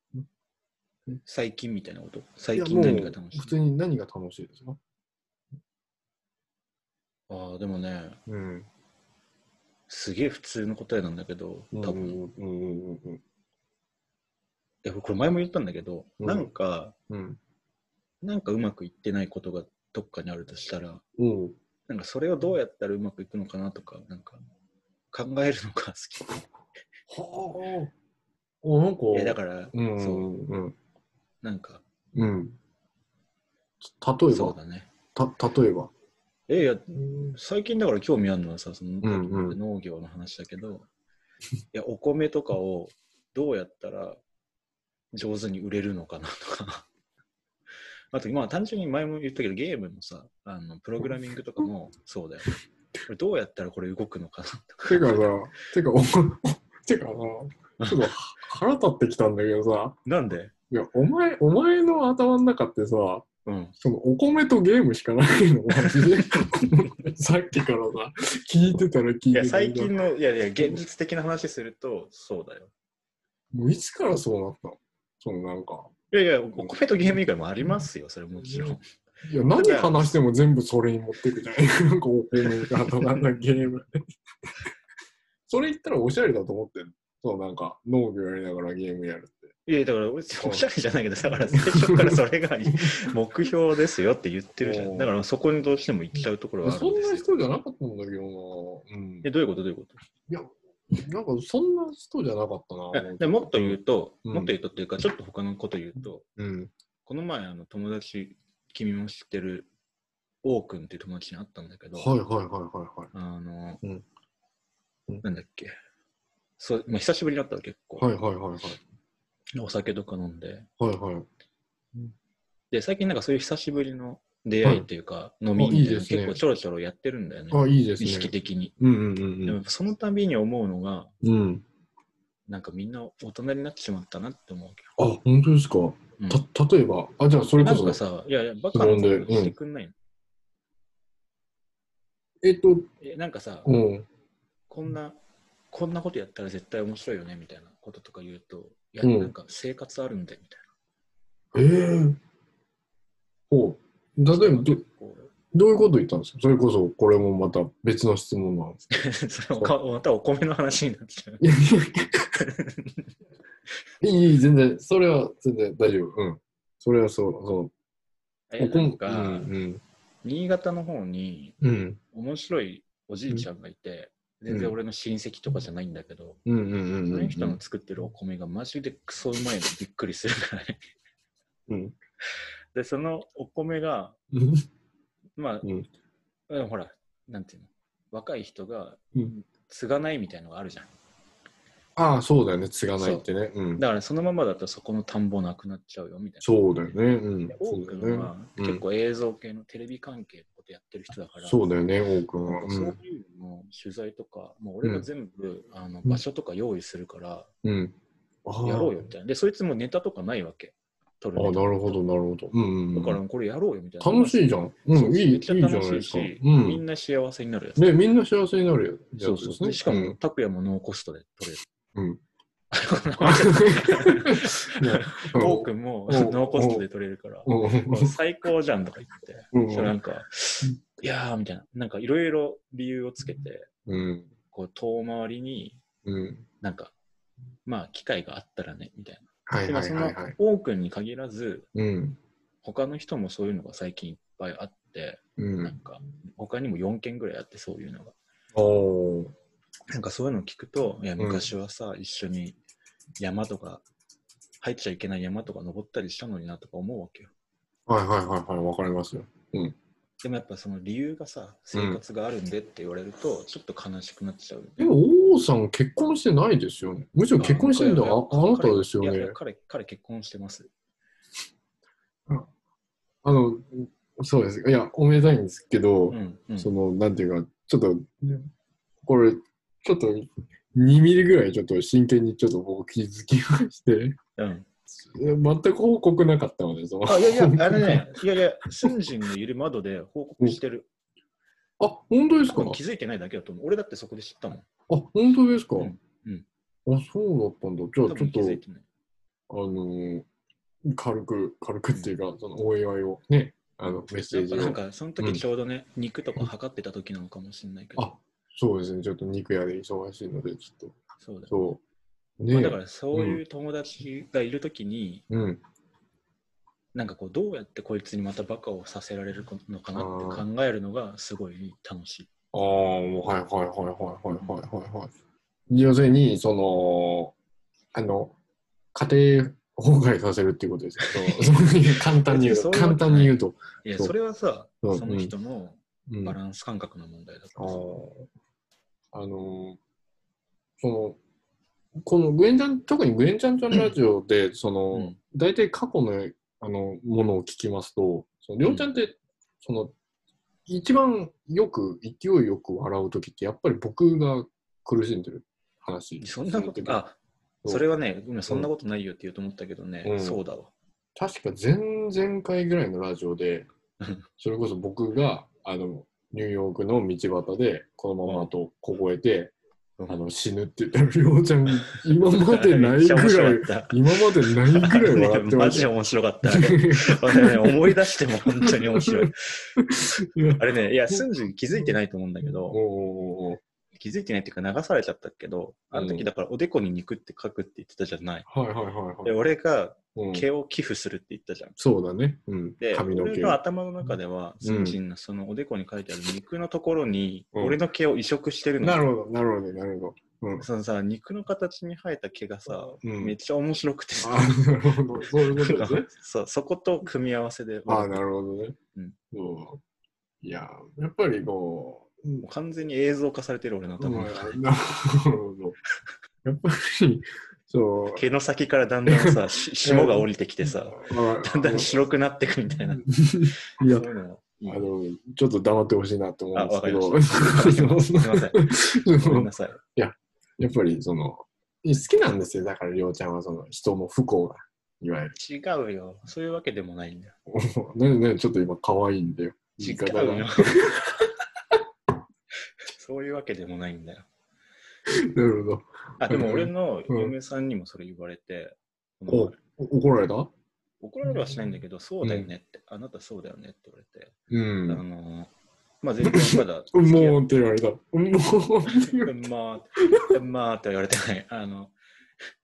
最近みたいなこと。
い
最
や
近
もう
何が楽しい
普通に何が楽しいですか
ああ、でもね、
うん。
すげえ普通の答えなんだけど、多
う
分。
んうんうんうん
え、これ前も言ったんだけど、
うん
なんか、
うん。
なんかうまくいってないことがどっかにあるとしたら、
うん。うん
なんかそれをどうやったらうまくいくのかなとか、なんか考えるのが好き。
はあ。おなんか、
え、だから、
うんう
そうん
うん
なんか、
うん。例え
そう
ば、
だね。
た例えば。
え、いや、最近だから興味あるのはさ、その
うんうん
農業の話だけど、いや、お米とかをどうやったら上手に売れるのかなとか。 あと、まあ単純に前も言ったけど、ゲームもさ、あのプログラミングとかもそうだよ。これどうやったらこれ動くのかなとか。
て かさ、てか、おてかさ、ちょっと腹立ってきたんだけどさ、
なんで
いや、お前、お前の頭の中ってさ、
うん。
そのお米とゲームしかないのマジで さっきからさ、聞いてたら聞いて
い
たら
や、最近の、いやいや、現実的な話すると、そうだよ。
もういつからそうなったのそのなんか、
いやいや、お米とゲーム以外もありますよ、それもちろん。
いや、何話しても全部それに持ってくじゃん。 なんかお米か、あとなんだゲー ム。それ言ったらおしゃれだと思ってる。そう、なんか農業やりながらゲームやるって。
いや、だから、おしゃれじゃないけど、だから、最初からそれが目標ですよって言ってるじゃ
お
ん。
ー
だから、そこにどうしても行っちゃうところはあ
そ
るん
ん
ですよ
な。人じゃなかったんだけどな。うん
え、どういうことどういうこと
なんかそんな人じゃなかった
い
な
や。でもっと言うと、
うん
もっと言うとっていうか、ちょっと他のこと言うと、
うん。
この前、あの友達、君も知ってる、王くんっていう友達に会ったんだけど、
はいはいはいはいはい。
あの、
うんうん
なんだっけ、そうまあ、久しぶりに会ったら結構、
はいはいはいはい。
お酒とか飲んで、
はいはい。
で、最近なんかそういう久しぶりの出会いっていうか、飲み
あ
み
いい
たいな
ですね
結構ちょろちょろやってるんだよね、
あ、いいです
意識
ね。
的に。
うんうんう
でもやっ
ん
ぱそのたびに思うのが、
うん。うん。
なんかみんな大人になってしまったなって思うけ
あ、本当ですか。
ど。うん
た、例えば、あ、じゃあそれ
な
こ
んか
そ、
さ、いやいや、バカなことしてくんないの、
えっと、
えなんかさ、
うん。
こんな、こんなことやったら絶対面白いよねみたいなこととか言うと、いや、
うん
なんか生活あるんだよみたい
ええ。ほう。例え
な。
ばど、
こう
どういうこと言ったんですかそれこそ、これもまた別の質問なんですけ
それおかまたお米の話になっちゃう。
ど。 いやいやいい、全然、それは全然大丈夫。うん。それはそう、そう。
え
こ
なんか、
うん
新潟の方に
うん。うん。
面白いおじいちゃんがいて、全然俺の親戚とかじゃないんだけど、
うんうんうんうん
そ
うん
の人の作ってるお米がマジでクソうまいのびっくりする ぐらい。
うん
で、そのお米が、
うん
まあ、
うん
うんほら、なんていうの、若い人が
うん
継がないみたいのがあるじゃん。
ああ、そうだよね、継がないってね。うん
だからそのままだとそこの田んぼなくなっちゃうよみたいな。
そうだよね。うん
で。
そ
多
うだ
く
よ
の
ね
は
うん
結構映像系のテレビ関係のことやってる人だから、
そうだよね、王くん
な
は。
んか
う
そ
ん
ういうのの取材とか、もう俺が全部、あの
うん
場所とか用意するから、
うん。ああ
やろうよみたいな。で、そいつもネタとかないわけ。取
あ
る
あ、
べき
なるほど、なるほど。うんうんう
だ
ん。
からこれやろうよみたいな。
楽しいじゃん。うん、いい、い
め
い
っ
じ
ち
ゃ
ゃ
ない
楽し
で
い
すか。
し、
う
み
ん。
んな幸せになるやつ。
ね、みんな幸せになるやつ
そう
で
そう
すね。
でしかも、拓也もノーコストで取れる。
うん、 うん。
ゴー君も
うん
ノーコストで取れるから、
うんうん
もう最高じゃんとか言って、
うん
そうなんか、いやーみたいな、なんかいろいろ理由をつけて、
うん。
こう遠回りに、
うん。
なんか、まあ、機会があったらね、みたい
は
な。
い
でも
はい
そ
は
の
いはい。、
ゴー君に限らず、
うん。
他の人もそういうのが最近いっぱいあって、
う
なん
ん。
か、他にも4件ぐらいあって、そういうのが。
おおー。
なんかそういうのを聞くと、いや、
ん
昔はさ、一緒に山とか、入っちゃいけない山とか登ったりしたのになとか思うわけよ。
はいはいはいはい、わかりますよ。
でもやっぱその理由がさ、生活があるんでって言われると、ちょっと悲しくなっちゃうよね。
でも、王さん結婚してないですよね。むしろ結婚してるのはああなたですよ
いやい
ね
や。彼、彼結婚してます。
あの、そうです。いや、おめでたいんですけど、
うん、うん。
その、なんていうか、ちょっと、これ、ちょっと、2ミリぐらいちょっと真剣にちょっと僕気づきまして、
うん、
全く報告なかったので、その、
あ、いや いや、あのね、いやい や、新人のいる窓で報告してる。
あ、本当です
多
か
分気づいてないだけだと思う。俺だってそこで知ったもん。
あ、本当ですか、
うんうん
あ、そうだったんだ。じゃ
多
あ、ちょ
分
っ
気
と
づ、いてない。
あのー軽く、軽くっていうか、その、お祝いをね、あの、メッセージ
なん
を。
か、その
うん
時ちょうどね、肉とか測ってた時なのかもしれないけど。
あ、そうですね。ちょっと肉屋で忙しいので、ちょっ
そうだ
と、。そう。
まあ
ね
だからそういう友達がいるときに、
うん。
なんかこうどうやってこいつにまたバカをさせられるのかなって考えるのがすごい楽しい。
ああ、もうはいはいはいはいはいはいはい。はい要するに、その、あの、家庭崩壊させるっていうことです けど、そう簡単に言うと、
そういうわけ
簡単に言うと。
いや
そう
それはさ、
うん
その人の
うん
バランス感覚の問題だか
あ
らさ、
あのそのこのグエンちゃん特にグエンちゃんちゃんラジオでその、
うん
大体過去のあのものを聞きますとそのりょうちゃんって、その一番よく勢いよく笑う時ってやっぱり僕が苦しんでる話
そんなこと
か
あそれはねごめんそんなことないよって言うと思ったけどね、
うん
そうだわ。
確か前々回ぐらいのラジオで
うん
それこそ僕があのニューヨークの道端でこのままあと凍えて、あの死ぬって言ったら、りょうちゃん、今ま でないぐらい、
らい。
今までないぐらい笑 って
マ
ま
ジ
し
で
た。
面白かった。あれあれね、思い出しても本当に面 白い。
いや
あれね、いや、すんじん気づいてないと思うんだけど、
おー
気づいてないっていうか流されちゃったけど、あ
う
の
ん
時だからおでこに肉って書くって言ってたじゃない。
はいはいはい
で、
はい。
俺が
うん
毛を寄付するって言ったじゃん。
そうだね。うん
で、
髪の
俺
毛。
の頭の中では、スンジンのそのおでこに書いてある肉のところに、
うん
俺の毛を移植してるの。
なるほど、なるほど、なるほど。うん
そのさ、肉の形に生えた毛がさ、
うん
めっちゃ面白くてさ、
あーなるほど。そういうことですね。
そうそこと組み合わせで、
ああ、
も
なるほどね。
うん
そういやー、やっぱりこう、うん
う完全に映像化されてる俺の頭の中で
なるほど。やっぱり、そう。
毛の先からだんだん さ、し霜が降りてきてさ、
あ
だんだん白くなってくみたいな。
いや
そういうのもいい
あの、ちょっと黙ってほしいなと思うんですけ
あ
ど
わかりました、
その
すいませんごめんなさい。
やっぱりその、好きなんですよ、だから、りょうちゃんはその人の不幸が、いわゆる。
違うよ。そういうわけでもないんだよ。
ねねちょっと今、可愛いんだよ。
違
言い方が
うよ。 そういうわけでもないんだよ。
なるほど。
あ、でも俺の嫁さんにもそれ言われて、この
お
前
お怒られた
怒られはしないんだけど、そうだよねって、あなたそうだよねって言われて、
う
あ
ん。
のー、まあ全然まだ
う
付
ん
き 合
もうって言われた。うんもう って言わ
う
れ
んまあ、うんまあって言われてない。 あの、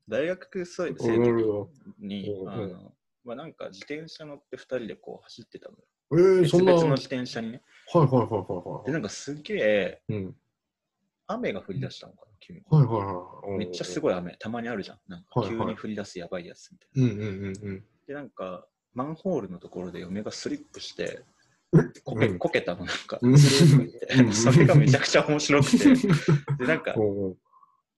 大学生
た。なるほ
に
う、ん
あの、まあなんか自転車乗って2人でこう走ってたのよ。
ど。えー、
別
そんな。
々の
はい
自転車にね。
はいはいはいは
で、なんかすげえ
い。うん。
雨が降り出したのかな、急に。
はいはいはいうん。
めっちゃすごい雨、たまにあるじゃん。なんか
はい
急
はい
に降り出すやばいやつみたい
うんうんうんうん。
な。で、なんか、マンホールのところで嫁がスリップして
え、
こけ
うん
こけたの、なんか、
うん
スルーとか言
う
っ
ん
て、それがめちゃくちゃ面白くて、で、なんか、
おう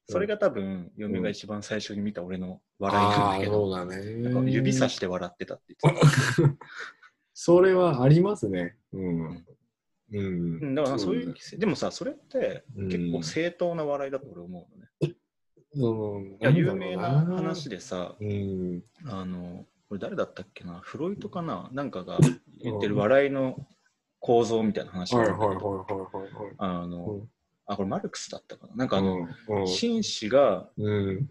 それが多分、嫁が一番最初に見た俺の笑い
あ
なんだ
あ、
けど、
そうだ
なんか
ね。
指さして笑ってたって 言ってた。
それはありますね。うん。うん。
うんだからそういう、でもさ、それって結構正当な笑いだと俺思うのね。
その
いや有名な話でさ、
うん。
あの、れ誰だったっけなフロイトかななんかが言ってる笑いの構造みたいな話
は
ないん
は
だ
い
けど
はいはいはい。
あの、
うん
あ、これマルクスだったかななんかあの、
うん
紳士が、
うん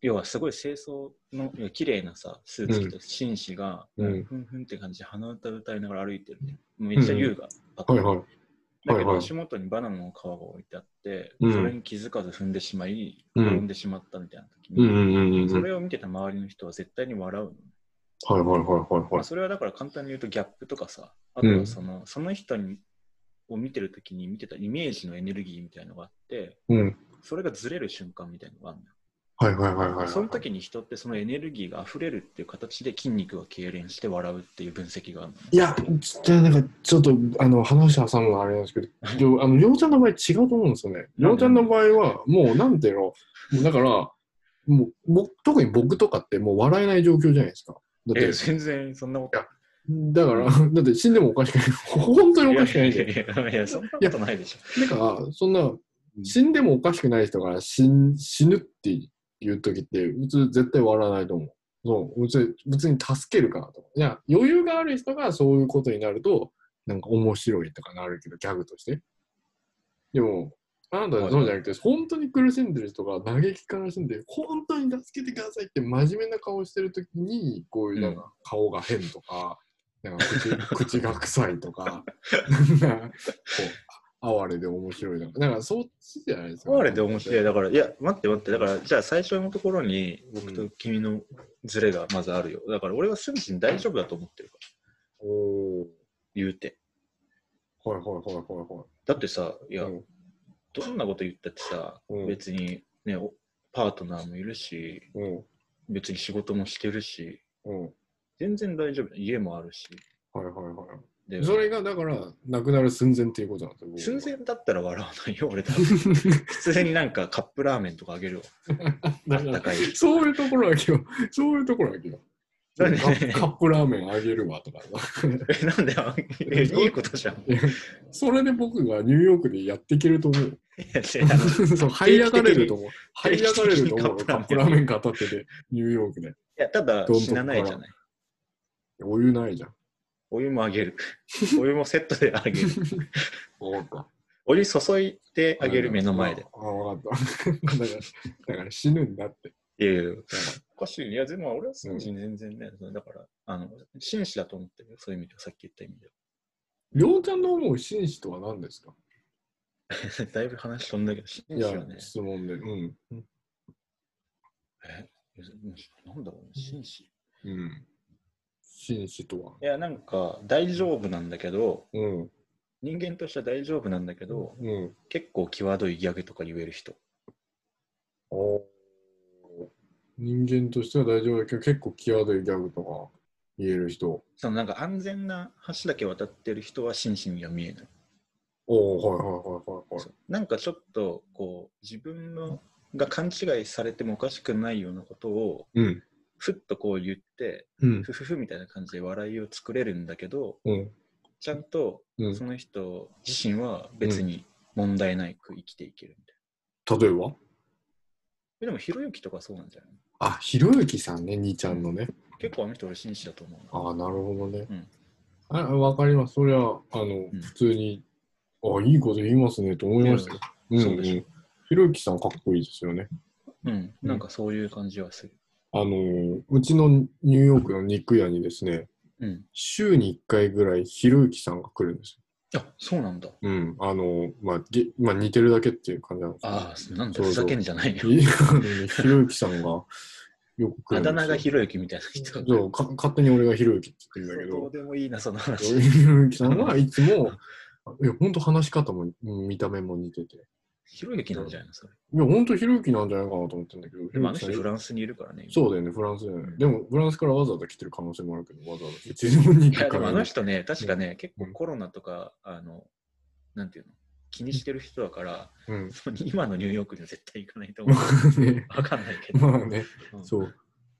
要はすごい清掃の、いや綺麗なさ、スーツ着た紳士が、
うん
ふんふんって感じで鼻歌歌いながら歩いてるね。めっちゃ優雅だった。
はいはい。
だけ
はい
ど
はい
足元にバナナの皮が置いてあって、
うん
それに気づかず踏んでしまい、
うん
転んでしまったみたいな時
うん
に、
うんうんうん。
そ
はい
れを見てた周りの人は絶対に笑うのね。
はいはいはい
ま
は
あ、
い。
それはだから簡単に言うとギャップとかさ、あとはその,、その人にを見てる時に見てたイメージのエネルギーみたいのがあって、
うん。
それがずれる瞬間みたいなのがあるのよ。
はいはいはいはい。
その時に人ってそのエネルギーが溢れるっていう形で筋肉が痙攣して笑うっていう分析があるのね
いや、ちょっとなんか、ちょっと、あの、話挟むのはあれなんですけど、りょうあの、りょうちゃんの場合違うと思うんですよね。りょうちゃんの場合は、もう、なんていうの、もうだから、もう、僕特に僕とかってもう笑えない状況じゃないですか。だっ
え
て、
全然そんなこと
だから、だって死んでもおかしくない。 本当におかしくない
い
じゃ
や
ん。
いやいやいやそんなことないでしょ。
だから、そんな、死んでもおかしくない人が死ん死ぬっていう時って、普通絶対笑わないと思う。そう、別に別に助けるかなと。いや、余裕がある人がそういうことになると、なんか面白いとかなるけど、ギャグとして。でも、あなたはそうじゃなくて、本当に苦しんでる人が嘆き悲しんで、本当に助けてくださいって真面目な顔してる時に、こういうなんか顔が変とか、なんか口 口が臭いとか、なんかこう、 哀れで面白いとか、なんかそっちじゃないですか、
あれで面白い。
い。
だから、いや、待って待って。だから、じゃあ最初のところに僕と君のズレがまずあるよ。だから俺はすぐに大丈夫だと思ってるから、
おー
言うて。
はいはいはいはいはい。
だってさ、いや、
うん
どんなこと言ったってさ、
うん
別にね、おパートナーもいるし、
うん
別に仕事もしてるし、
うん。
全然大丈夫。家もあるし。
はいはいは
で
い。それがだから、亡くなる寸前っていうことなんです
寸
よ。
前だったら笑わないよ、俺多分。
寸前
普通になんかカップラーメンとかあげるわ。
だか
あっ
ら
たかい。
そういうところは今日、そういうところは今日。カ
なんで
ップカップラーメンあげるわとか。
え なんであいやいいこと じゃん。い
それで僕がニューヨークでやっていけると思 う。
や違う
そう、這い上がれると思う。這
定
い
期
上
的
がれると思う。
定期的
カ
にカ
ッ
ッ
プ
プ
ラー
ラー
メ
メ
ン片手で、ニューヨークで。
いや、ただ死なないじゃない。
お湯ないじゃん。
お湯もあげる。 お湯もセットであ げる。
わかっ
お湯注いであげる目の前で。。
あ、わかった。 だから、だから死ぬんだって。
いやいやおかしい。いや、でも俺は信じ全然ね、だから、あの、紳士だと思ってるよ。そういう意味では、さっき言った意味で
りょうちゃんの思う紳士とは何ですか
は。 だいぶ話飛んだけど、紳
い
士
や
はね、
質問で。うん。
え、なんだろうね、紳士。
う
い
ん。紳士とは。
や、なんか、大丈夫なんだけど、
うん。
人間としては大丈夫なんだけど、
うん。
結構際どいギャグとか言える人。
お人間としては大丈夫だけど結構際どいギャグとか言える人
そのなんか安全な橋だけ渡ってる人は紳士には見えない。
おおはいはいはいはいはい
なんかちょっとこう自分のが勘違いされてもおかしくないようなことを
うん
ふっとこう言って
うん
ふふふみたいな感じで笑いを作れるんだけど
うん
ちゃんと
うん
その人自身は別に問題ないく生きていけるみたい
例えば
な。でもひろゆきとかそうなんじゃない
あひろゆきさんね兄ちゃんのね
結構あの人俺紳士だと思う
ああなるほどね、
うん
あわかりますそれはあの、
ん
普通にあいいこと言いますねと思いましたよ、うんん
そう
う
で
ん、
しょ
ひろゆきさんかっこいいですよね
な。うん、なんかそういう感じはする。
あのーうちのニューヨークの肉屋にですね
うん。
週に1回ぐらいひろゆきさんが来るんですよ
あそうなんだ。
うん、あの、まあ、げまあ、似てるだけっていう感じなんです
ああ、なん
そ
だ
うそう
ふざけんじゃないよ。
いやあのねひろゆきさんがよく来る
あ
んですよ
だ名がひろゆきみたいな人。
そうか勝手に俺がひろゆきって言ってるんだけ
どう
ど、
でもいいな、その話。
ひろゆきさんはいつも、いや、本当話し方もうん見た目も似てて、い
ひろゆきなんじゃないのそれ。
や、本当ひろゆきなんじゃないかなと思ってるんだけど、ひ
で
ろ
も
ゆ
あの
きさ
人フ
ん
ランスにいるからね。
そうだよね、フランスだよね。でも、フランスからわざわざ来てる可能性もあるけど、わざわざ。うちのに
いや、でもあの
ね。
人ね、確かね、結
う
構
ん
コロナとか、あの、なんていうの、気にしてる人だから、
うん。
その今のニューヨークには絶対行かないと思
ね
う。わかんないけど。
まあね。
うん
そう。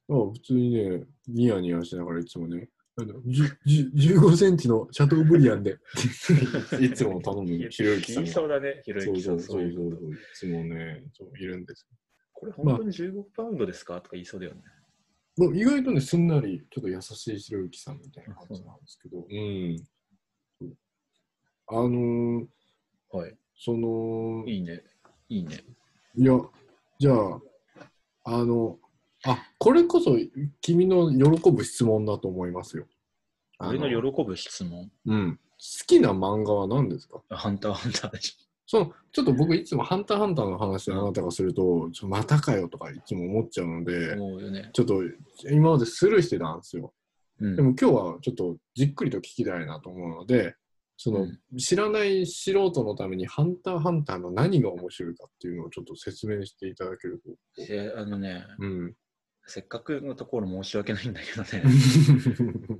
だから普通にね、ニヤニヤしながらいつもね、あのじゅじゅ15センチのシャトーブリアンで、いつも頼む
いや
ひろゆきさん
言
が
いそうだね、ひろ
そ
ゆ
う
きさ
そ
ん。
うそうそう、
そう
い
いうこと
つもね、そういるんです。
これ本当に15パウンドですかとか言いそうだよね。
まあ意外とね、すんなり、ちょっと優しいひろゆきさんみたいな感じなんですけど、うん。そうあのー
はい。
その、
いいね。いいね。
いや、じゃあ、あの、あ、これこそ君の喜ぶ質問だと思いますよ。あ
俺の喜ぶ質問。
うん。好きな漫画は何ですか
あハンターハンターでし
そのちょっと僕いつも「ハンターハンター」の話であなたがすると「ちょまたかよ」とかいつも思っちゃうの
ょ。
で
思うよね。
ちょっと今までスルーしてたんですよ
うん
で。も今日はちょっとじっくりと聞きたいなと思うのでその、
う
知らない素人のために「ハンターハンター」の何が面白いかっていうのをちょっと説明していただけると
えあのね、
うん
せっかくのところ申し訳ないんだけど ね。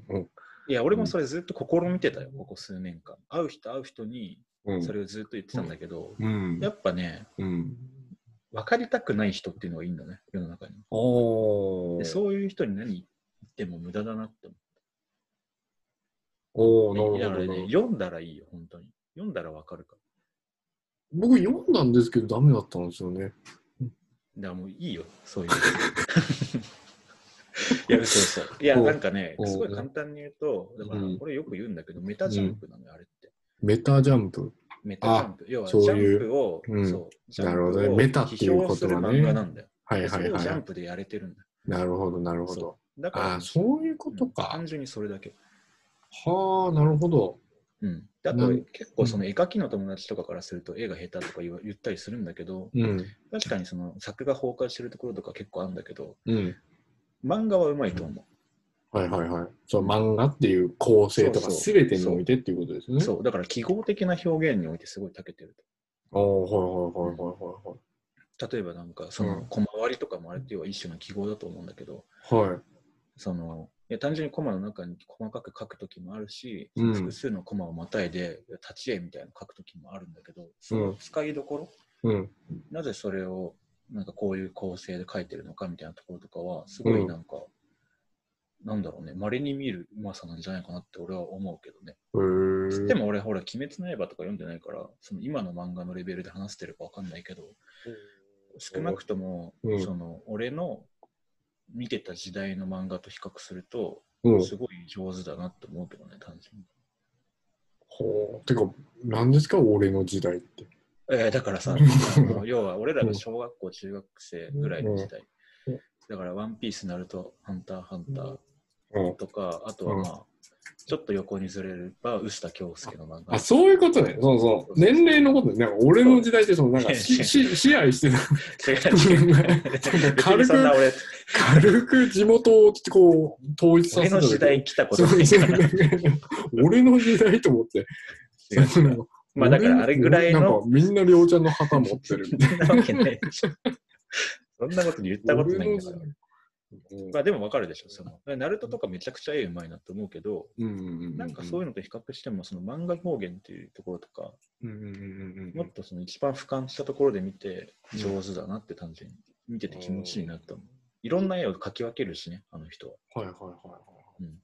うん
いや、俺もそれずっと試みてたよ、ここ数年間。会う人会う人に
うん
それをずっと言ってたんだけど、
うん
やっぱね、
うん
分かりたくない人っていうのがいいんだね、世の中に。
お
で
ー
そういう人に何言っても無駄だなって
おーなる
思
ほ
う。だから
どな
ね、読んだらいいよ、本当に。読んだら分かるから。
僕読んだんですけどダメだったんですよね
だからもういいよ、そういう の。 いや、嘘嘘。いや、
お
なんかね、
お
すごい簡単に言うと、だから
うん
俺よく言うんだけど、メタジャンプなのよ、あれって。
メタジャンプ
メタジャンプ。要は、ジ
そういう
ャンプを、
うん
そう、ジャ
なるほ
ン
ど
プ
ね
を
メタって
批
いう言葉ね
評する漫画なんだよ。
はい
そ
は
れ
い
を
はい
ジャンプでやれてるんだよ。
なるほど、なるほど
そ。だから、
ああ、そういうこと
うん
か
単。純にそれだけ。
はあ、なるほど。
うん。であ
な
と
る、
結構その絵描きの友達とかからすると、絵が下手とか言わ言ったりするんだけど、
うん。
確かにその作画崩壊してるところとか結構あるんだけど、
うん。
漫画はうまいと思
はいはいはい。そう、漫画っていう構成とか、
そうそ
す
う
べてにおいてっていうことです
う。
ね。
そう。だから、記号的な表現においてすごい長けてる
ああ、はいはいはいは
と。例えばなんか、そうの
ん
小回りとかもあれっていうのは一種の記号だと思うんだけど、
いはい。はい。
そのいや単純にコマの中に細かく書くときもあるし、
うん
複数のコマをまたいで立ち絵みたいなの書くときもあるんだけど、その使いどころ、
うん。
なぜそれをなんかこういう構成で書いてるのかみたいなところとかは、すごいなんか、なんだろうね、稀に見るうまさなんじゃないかなって俺は思うけどね。
へえ。
でも俺、ほら、鬼滅の刃とか読んでないから、その今の漫画のレベルで話してるかわかんないけど、少なくとも、
うん
その俺の見てた時代の漫画と比較すると、
うん。
すごい上手だなって思うけどね、単純に。
ほう。てか、何ですか、俺の時代って。
えーだか らさ、あの要は俺らが小学校、中学生ぐらいの時代
うん。
だから、ワンピース、ナルト、ハンター、ハンター
うん。
とか、あとはまあ、ちょっと横にずれれば、臼田恭介の漫画
あ、。そういうことね。そうそう。年齢のことね。なんか、俺の時代って、その、なんか、し、 し、支配してた。
違う違う別にそんな俺、
軽く地元を、こう、統一さ
俺
せただ
の
け
時代来たこ
そ
と
う
ない
そ
から。
う 俺の時代と思って。
違う違うまあだからあれぐらいの
なんかみんなりょうちゃんの旗持ってるみたい
そんなわけないでしょ。そんなこと言った
な。
ことないん
俺の時
だか
代
ら。まあでもわかるでしょ。そのナルトとかめちゃくちゃ絵うまいなと思うけど、
うんうんうん。
なんかそういうのと比較しても、その漫画表現っていうところとか、
うんうんうんう
も
ん
っとその一番俯瞰したところで見て、上手だなって単純に見てて気持ちいいなと思う。いろんな絵を描き分けるしね、あの人は。
はいはいはいは
う
い
ん。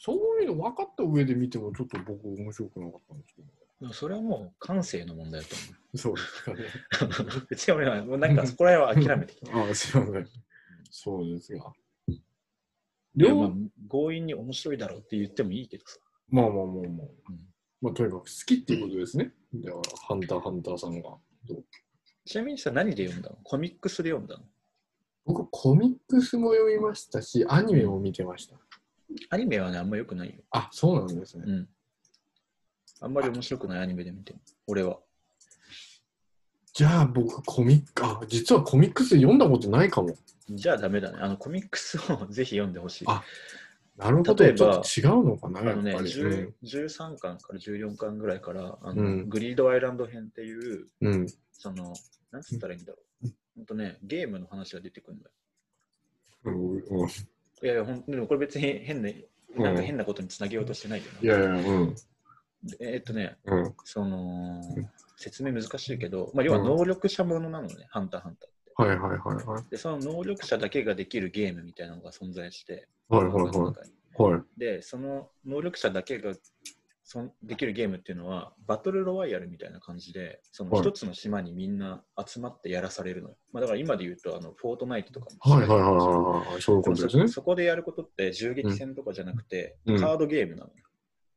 そういうの分かった上で見てもちょっと僕面白くなかったんですけど。
でもそれはもう感性の問題だと
そうですかね。
思う。別に俺は、もうなんかそこら辺は諦めてきた。
ああ、すいません。そうですが。
いや
両
まあ強引に面白いだろうって言ってもいいけどさ。
まあまあまあまあ
うん。
まあとにかく好きっていうことですね。だから、ハンターハンターさんが。
ちなみにさ、何で読んだのコミックスで読んだの
僕、コミックスも読みましたし、アニメも見てました。
アニメはね、あんま良くないよ。
あ、そうなんですね。
うん。あんまり面白くないアニメで見ても、俺は。
じゃあ、僕、コミック、あ、実はコミックス読んだことないかも。
じゃあダメだね。あのコミックスを ぜひ読んでほしい。
あなるほど。
例えば
ちょっと違うのかな、
あ
や
の
っぱ
ね、
り。
10 13巻から14巻ぐらいから、あの
うん
グリードアイランド編っていう、
うん。うん。
その、なんつったらいいんだろう。ほんとね、ゲームの話が出てくるんだよ。
うんうん
いやいや、ほんでもこれ別に変な、なんか変なことにつなげようとしてないよ
い
な。
やいや、うん。
でえーっとね、
うん。
その、説明難しいけど、まあ、要は能力者ものなのね、ハンターハンターって。
はいはいはいはい。
で、その能力者だけができるゲームみたいなのが存在して、
はいはい
漫画の
は
中に
い。はい。
で、その能力者だけがそんできるゲームっていうのは、バトルロワイヤルみたいな感じで、そ
は
の
い
一つの島にみんな集まってやらされるのよ。まあ、だから今で言うと、あのフォートナイトとかも
はいはいはいはいはい。そういう
で
こと
もそ
ですね。
そこでやることって銃撃戦とかじゃなくて、
うん
カードゲームなのよ。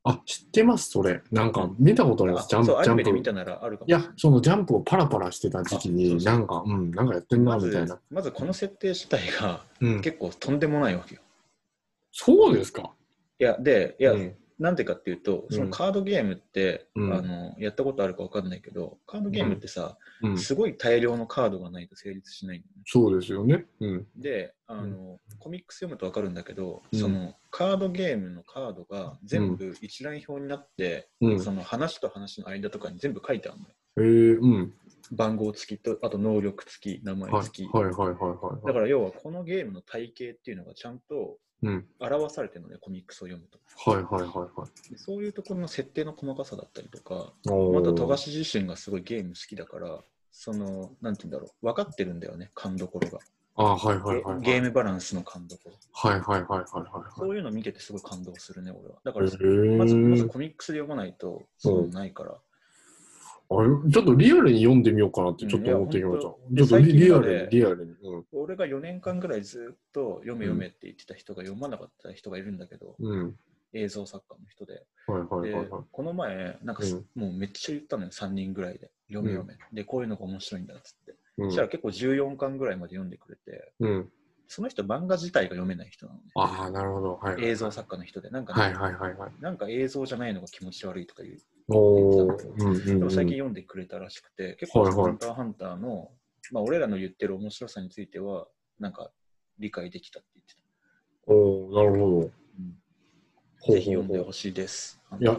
あ、知ってます、それ。なんか見たことありま
あ
す、ジャンプ
そう、ア。
ジャ
ニメで見
ンプ
たならあるかも
いや、そのジャンプをパラパラしてた時期
あそう
に、
そう
なんか、うん、なんかやってんな、
ま
みたい
ず
な。、
まずこの設定自体が
うん、
結構とんでもないわけよ。
そうですか。
いや、で、いや、
うん
なんでかっていうと、そのカードゲームって、
うん
あのやったことあるかわかんないけど、カードゲームってさ、
うん
すごい大量のカードがないと成立しないんだよね。
そうですよね。うん。
であの、コミックス読むと分かるんだけど、
うん
そのカードゲームのカードが全部一覧表になって、
うん。
その話と話の間とかに全部書いてあるのよ。
えー、うん。
番号付きと、あと能力付き、名前
はい、
付き。
はい、はい、はいはい。
だから要はこのゲームの体系っていうのがちゃんと
うん。
表されてるのね、コミックスを読むと。
はい、はい、はい、はい。
でそういうところの設定の細かさだったりとか、
お
また富
ー
樫自身がすごいゲーム好きだから、その、なんて言うんだろう、分かってるんだよね、勘どころが。
あ、はい、はい、はい。
ゲームバランスの勘どころ。
はい、はい、はい、はい。
そ
はいう
いうの見ててすごい感動するね、俺は。だか
え
ら、
ー、
まずまずコミックスで読まないと、そういうのないから。
あれちょっとリアルに読んでみようかなってちょっと思ってきました。ちょっとリリアルに、リアルに。うん。
俺が4年間ぐらいずっと読め読めって言ってた人が読まなかった人がいるんだけど、
うん。
映像作家の人で。
はい、はい、はい、
で
はい。、
この前、なんかす、もうめっちゃ言ったのよ、3人ぐらいで。読め読め。で、こういうのが面白いんだっつって。
う
そ
ん
したら結構14巻ぐらいまで読んでくれて、
うん。
その人漫画自体が読めない人なのね。
ああ、なるほど。はい。
映像作家の人で。なんかね、
はいはいはいはい。
なんか映像じゃないのが気持ち悪いとか言う
おお。うんうん、うん。
でも最近読んでくれたらしくて、結構
はいはい
ハンターハンターの、まあ俺らの言ってる面白さについては、なんか理解できたって言ってた。
おお、なるほど。ほうほうほう
ぜひ読んでほしいです。
いや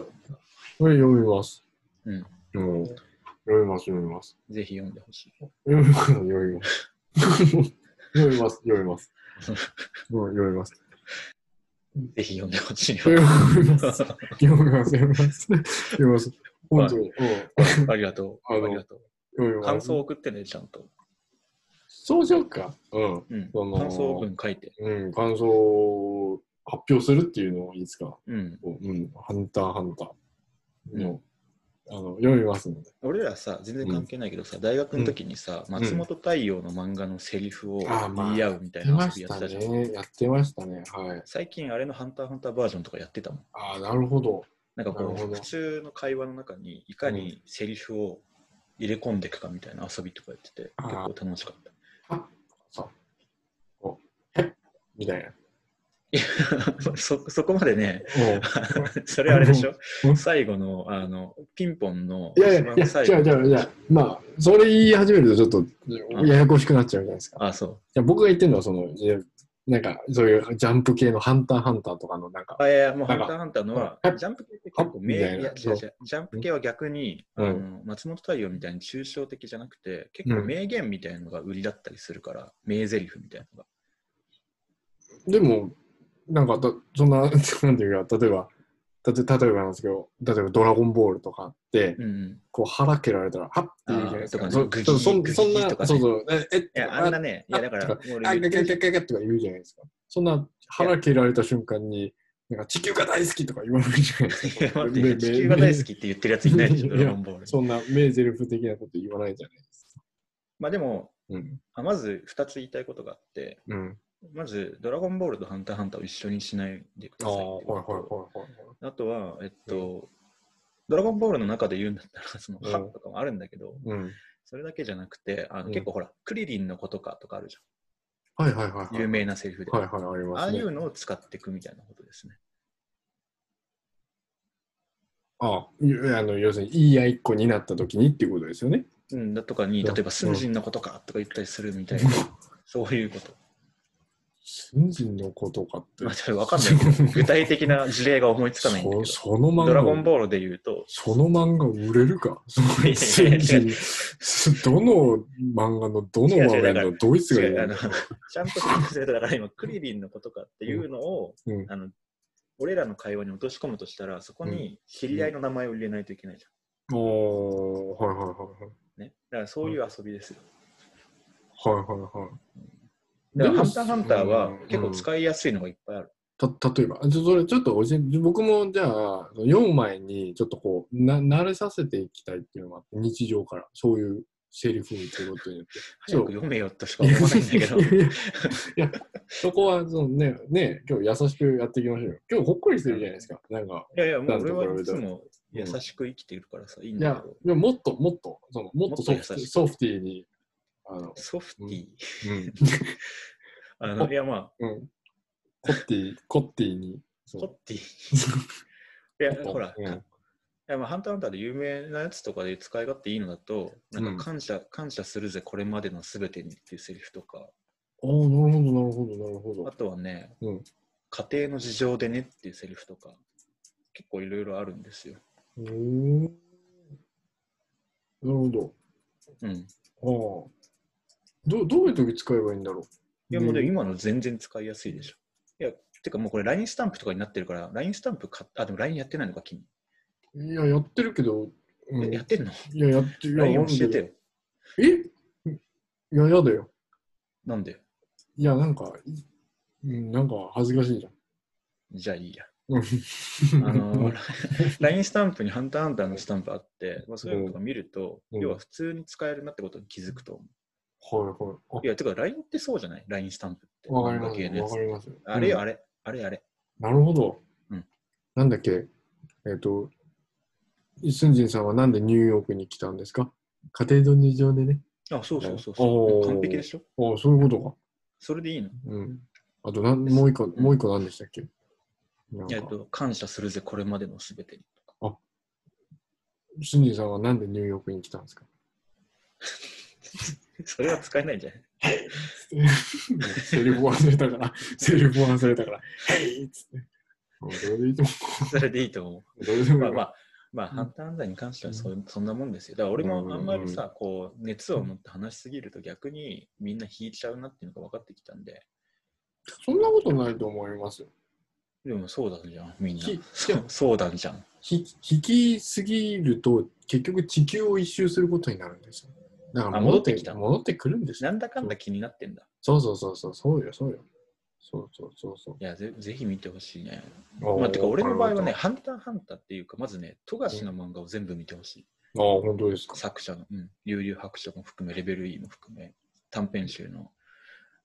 これ読みます。
うん。
うん。読みます、読みます。
ぜひ読んでほしい。
読み ます、読みます。読みます、読みます。うん、読みます。
ぜひ読んでほしいよ。
読みます、 読みます、読みます。読みます。本当に。うん
ありがとう。
あ
あ
の
りがとう。
読みます。
感想を送ってね、ちゃんと。
そうしようか。うん。
うん。
その
感想文書いて。
うん、感想を発表するっていうのもいいですか。
うん。
うん、ハンターハンターの、あの読みますので。
俺らさ、全然関係ないけどさ、大学の時にさ、松本太陽の漫画のセリフを
あーまあ
言い合うみた
や
い
って
な
ま
遊び
し
や
た
ってたじゃん。
ね。やってましたね。はい。
最近あれのハンターハンターバージョンとかやってたもん。
ああ、なるほど。
なんかこ
なる
う、
ほど
普通の会話の中にいかにセリフを入れ込んでいくかみたいな遊びとかやってて、
あ
結
ー
構楽しかった。
みたいな。
そそこまでね、
うん
それあれでしょ
うん
最後の、あの、ピンポンの
いやいや
一
いや、
番
違
最後
う違う違う。まあ、それ言い始めるとちょっとややこしくなっちゃうじゃないですか。い
あ、そ
や僕が言ってるのは、その、いやなんか、そういうジャンプ系のハンターハンターとかの、なんか
う。、あ、いやいや、もう
な
ハ
ん
ン
か
ターハンターのは
うん、
ジャンプ系って結構名、い
みたい
や
な
違う
そう
違うジャンプ系は逆に、
うん
あの松本太陽みたいに抽象的じゃなくて、結構名言みたいなのが売りだったりするから、名台詞みたいなのが。
でも、なんかだ、そんな、なんていうか、例えば、たと例えばなんですけど、例えばドラゴンボールとかって、
うんうん。
こう腹蹴られたら、はっって言うじゃないです
あ
か。
ー
そ
とかね
そ
グギ
そん
グギ
そんな、
とかね
そうそう、え、え
いや、あんな
あ
ね、いや、だから、
あ
もう
あ、
俺
ガ
言
キ
って
ャキ
る
ャキャキャとか言うじゃないですか。そんな腹蹴られた瞬間に、なんか地球が大好きとか言わないじゃないです
いや
か。
待って、地球が大好きって言ってるやつい ないでしょ、
いや
ドラゴンボール。
そんな名ゼルフ的なこと言わないじゃないですか。
まあでも、
うん。
あまず2つ言いたいことがあって、
うん。
まず、ドラゴンボールとハンターハンターを一緒にしないでく
あ
だ
あ、
さい
はい
っていう
はい
こと
はいはい。
あとは、えっと、ドラゴンボールの中で言うんだったら、その、
うん
ハッとかもあるんだけど、
うん。
それだけじゃなくて、あの
うん
結構ほら、クリリンのことかとかあるじ
はいはいはい、は
ゃ
い。
ん。有名なセリフで。
はいはい、ありま
ああ
す、
い
ね。
うのを使っていくみたいなことですね。
ああいやあの要するに、いいや一個になった時にっていうことですよね。
うん、だとかに、
うん
例えば、スンジンのことかとか言ったりするみたいな、そういうこと。
信心のことかって
まあ、。それわかんないけど、具体的な事例が思いつかないんだけ
そ
ど、
その漫画、
ドラゴンボールで言うと、
その漫画売れるかその
いやいやいや
信心すどの漫画のどの場面のドイツが言
違うあ
う
の
の
ちゃんと説明するだから今、クリリンのことかっていうのを、
うんうん
あの俺らの会話に落とし込むとしたら、そこに知り合いの名前を入れないといけないじ
おーはいはいはいはい。
ゃん。ね、だからそういう遊びですよ。
はいはいはい。
だ
でも
から、ハンターハンターは
うん
結構使いやすいのがいっぱいある。
た例えば、あちょそれちょっとおじ僕もじゃあ、4枚にちょっとこうな、慣れさせていきたいっていうのがあって、日常から、そういうセリフを言ってることによって。
早く読めよとしか思わないんだけど。
いやいやいや、そこはそのね、ね、今日優しくやっていきましょうよ。今日ほっこりしてるじゃないですか。 なんか、
いやいや、もう俺はいつも優しく生きてるからさ、いいん
い
だ
や
けど、。
でももっともっと、そのもっとソ
もっ
フ
と
ト
優しく
ソフティーに、あの、
ソフティ
う
ー。
ん、
あの、いやまあ、
うん。コッティ、コッティに。そ
コッ
う
ティ。 いや、ほら、
うん
かいやまあ、ハンターハンターで有名なやつとかで使い勝手いいのだと、なんか感謝、感謝するぜ、これまでのすべてにっていうセリフとか、
ああ、なるほど、なるほど、なるほど。
あとはね、
うん
家庭の事情でねっていうセリフとか、結構いろいろあるんですよ。
うーん。なるほど。
うん。
ああ。どどういう時使えばいいんだろう
いや、もうで
ね
も今の全然使いやすいでしょ。いや、てかもうこれ LINE スタンプとかになってるから、LINE スタンプ買っあ、でも LINE やってないのか、君。
いや、やってるけど、う
え
ん、い
やってんの
や、やってる
?LINE 教えてよ。
えいや、やだよ。
なんで
いや、なんか、いうん、なんか恥ずかしいじゃん。
じゃあいいや。
うん
あの LINE スタンプにハンターハンターのスタンプあって、まあ、そういうのとか見ると、
うん
要は普通に使えるなってことに気づくと思
はいは
う。い
い。
や、てか LINE ってそうじゃない ?LINE スタンプ って。
あわかり
漫
ま
画系の
す。
や
わ
つ
かります。
あれよ、
うん
あれ。あれあれ。
なるほど。
うん
なんだっけえっ、と、スンジンさんはなんでニューヨークに来たんですか家庭の事情でね。
あ、そうそうそうそう。
おー
完璧でしょ
ああ、そういうことか。
それでいいの
うん。あとなん、もう一個、もう一個何でしたっけなん
えっ
か、
と、感謝するぜ、これまでのすべ てに。
スンジンさんはなんでニューヨークに来たんです か
それは使えないんじゃない
セリフ忘れた から、セリフ忘れたから、はいっつって。もうどれでいいと思
それでいいと思
う。どれで
う。
も
ま
い
あ
い。
まあ、まあ、ハンター犯罪に関してはそ,、そんなもんですよ。だから俺もあんまりさ、こう、熱を持って話しすぎると逆にみんな引いちゃうなっていうのが分かってきたんで、
そんなことないと思いますよ。
でもそうだじゃん、みんな
ひ。
そうそうだじゃん。
ひ引きすぎると結局地球を一周することになるんですよ。だから
あ
戻って
戻ってきた
戻ってくるんですよ。
なんだかんだ気になってんだ。
そうそうそうそうそうよそうよ。そうそうそうそ
いや、ぜぜひ見てほしいね。
う。
まあ、てか俺の場合はね、
あ
ハンターハンターっていうか、まずね、富樫の漫画を全部見てほしい。
あ本当ですか。
作者の、うん、悠々白書も含め、レベル E も含め、短編集の、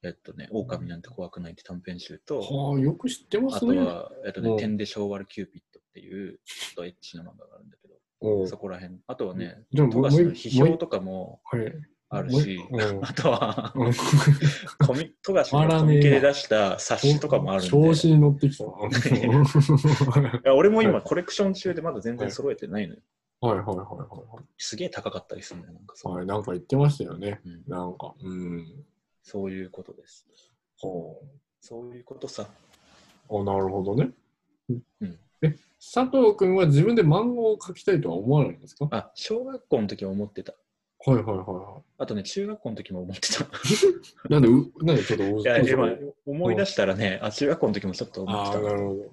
えっとね、狼なんて怖くないって短編集と、
はあよく知ってま
あ
す
と
ね。
は、えっと
う
ね、
ん
点で昭和のキューピッドっていう、ちょっとエッチな漫画があるんだけど、
おう
そこら辺。あとはね、
でも
富
もう
樫の
もう
批評とかも
はい。
あるし、
もううん
あと は、
うん
コミ富樫のコミケで出した冊子とかもあるんで、
調子
い
に乗ってきたな。
や
は
や俺も今コレクション中でまだ全然揃えてないのよ。
いはいはいは
すげえ高かったりするんだよ、なんか
い
そう,、
はい。はいなんか言ってましたよね。
うん、
なんかうん。
そういうことです。
ほう。
そういうことさ。
あ、なるほどね。
うん
え、佐藤君は自分で漫画を描きたいとは思わないんですか
あ、小学校の時は思ってた。
はいはいはいは
あとね、中学校の時も思って た。
い。なんで、うなんでちょっとお
いや、
嘘
今思い出したらね、あ、中学校の時もちょっと思っ
あ
て
あ、な
た。
るほど。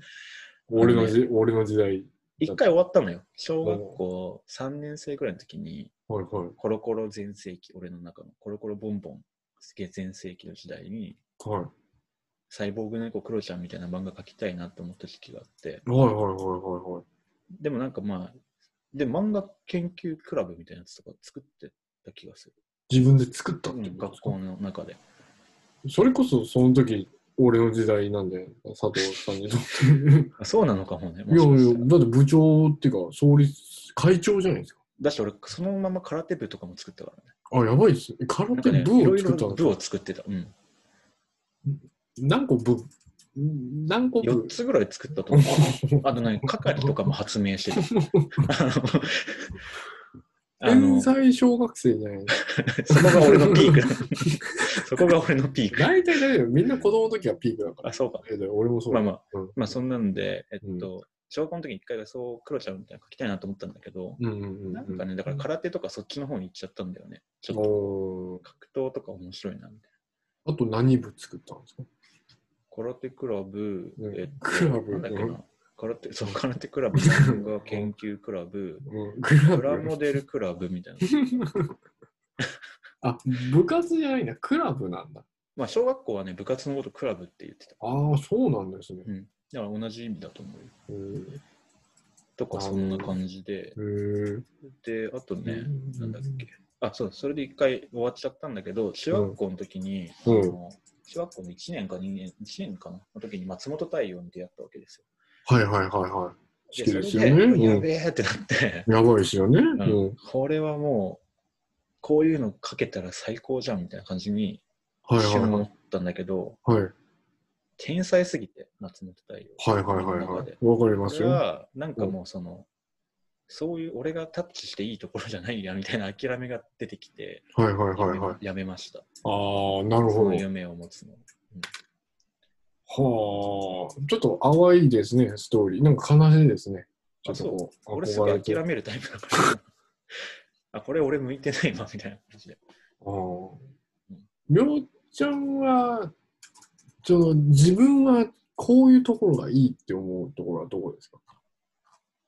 俺のじ、俺の時代。
一回終わったのよ。小学校3年生ぐらいの時に、
はいはい。
コロコロ全盛期、俺の中のコロコロボンボン、すげえ全盛期の時代に、
はい。
サイボーグ猫クロちゃんみたいな漫画描きたいなと思った時期があって、
はいはいはいはいはい。
でもなんかまあ、で、漫画研究クラブみたいなやつとか作ってた気がする。
自分で作ったっ
う
て
ん
ことで
学
すか、
校の中で。
それこそその時、俺の時代なんで、佐藤さんにとって。 い
あそうなのかもね。も
や
しかし
い
た
や
ら、
だって部長っていうか、創立、会長じゃないですか。
だし俺、そのまま空手部とかも作ったからね。
あ、やばいっすね。え空
なん
手
かね、い
部
ろ
を
い
作
ろ
ったんです
部
か
を作ってた。うん。
何個部ん何個部
4つぐらい作ったと思 う。あと何、係とかも発明してた。あの、あ
天
のそ
才小学生じゃないですか。
こが俺の ピークだ。そこが俺のピーク。
大体だよ。みんな子供の時はピークだから。
あ、そうか。
えだよ俺もそう
ま
だ
あ
よ。
まあ、
うん
まあそんなんで、えっ
う
と、小学校の時に一回そう、クロちゃんみたいなの書きたいなと思ったんだけど、
うんうんうんうん。
なんかね、だから空手とかそっちの方に行っちゃったんだよね。ちょっ
おー
と格闘とか面白いな、みたいな。
あと何部作ったんですか
空手クラブ、
うん
えっと、
クラブ
なんだっけ
う
な。空手、 そう、空手クラブ、漫画研究クラブ、
うん、クラ
プラ
ブ
モ。デ ルクラブみたいな。
あ、部活じゃないな。クラブなんだ。
まあ、小学校はね、部活のことクラブって言ってた。
ああ、そうなんですね。
だから同じ意味だと思うよ。
へー
とか、そんな感じで。
へえ。
で、あとね、
う
なんだっけ。あ、そう、それで一回終わっちゃったんだけど、中学校の時に、
うん
あの中学校の1年か2年、1年かなの時に松本太陽に出会ったわけですよ。
はいはいはいはい。好きですよ
そ
ね。
れでや
うん
べえってなって、
やばいですよね。
ん
うん。
これはもう、こういうのかけたら最高じゃんみたいな感じに
はい
一
はい
瞬思
は
ったんだけど、
い。はい
天才すぎて、松本太陽。
はいはいはい
僕の
は
中で
い。わかりま
そ
す
れ
よ。
は、なんかもうその、そういう俺がタッチしていいところじゃないやみたいな諦めが出てきて、
はいはいはいはい。
やめました。
ああ、なる
そ
ほ
の
ど。
夢を持つの。
はあ、ちょっと淡いですね、ストーリー。なんか悲しいですね。ちょっとこう、
俺すぐ
て。
諦めるタイプだから。あ、これ俺向いてないわ、みたいな感じで。
ああ。りょうちゃんは、その自分はこういうところがいいって思うところはどこですか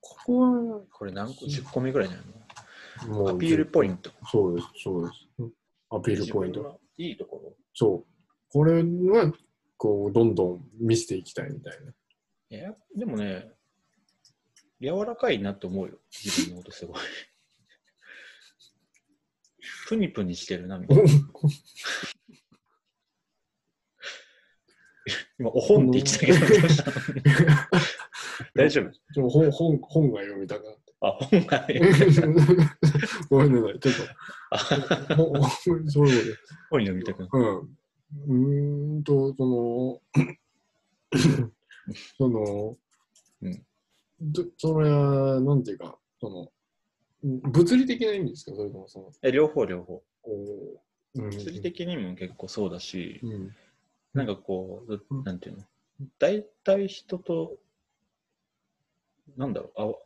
ここは
これ何個 ?10 個目ぐらいじゃない
もう
のアピールポイント。
そうです、そうです。アピールポイン
自分
ト。
のいいところ。
そう。これは、こう、どんどん見せていきたいみたいな。
いや、でもね、柔らかいなって思うよ。自分のことすごい。 プニプニしてるな、みたいな。今、お本って言ってたけどどうしたの、大丈夫
ちょ本本本が読みたくな って。
あ、本がね。
ごめんなさい、ちょっ
あ
と。ほほそういうことです
本読みたくなる
うん。うーんと、その、その、
うん
どそれは、なんていうか、その、物理的な意味ですかそれともその、
え両方、両方。
こう、うん
物理的にも結構そうだし、
うん。
なんかこう、
うん
なんていうの、大体人と、なんだろう、あわ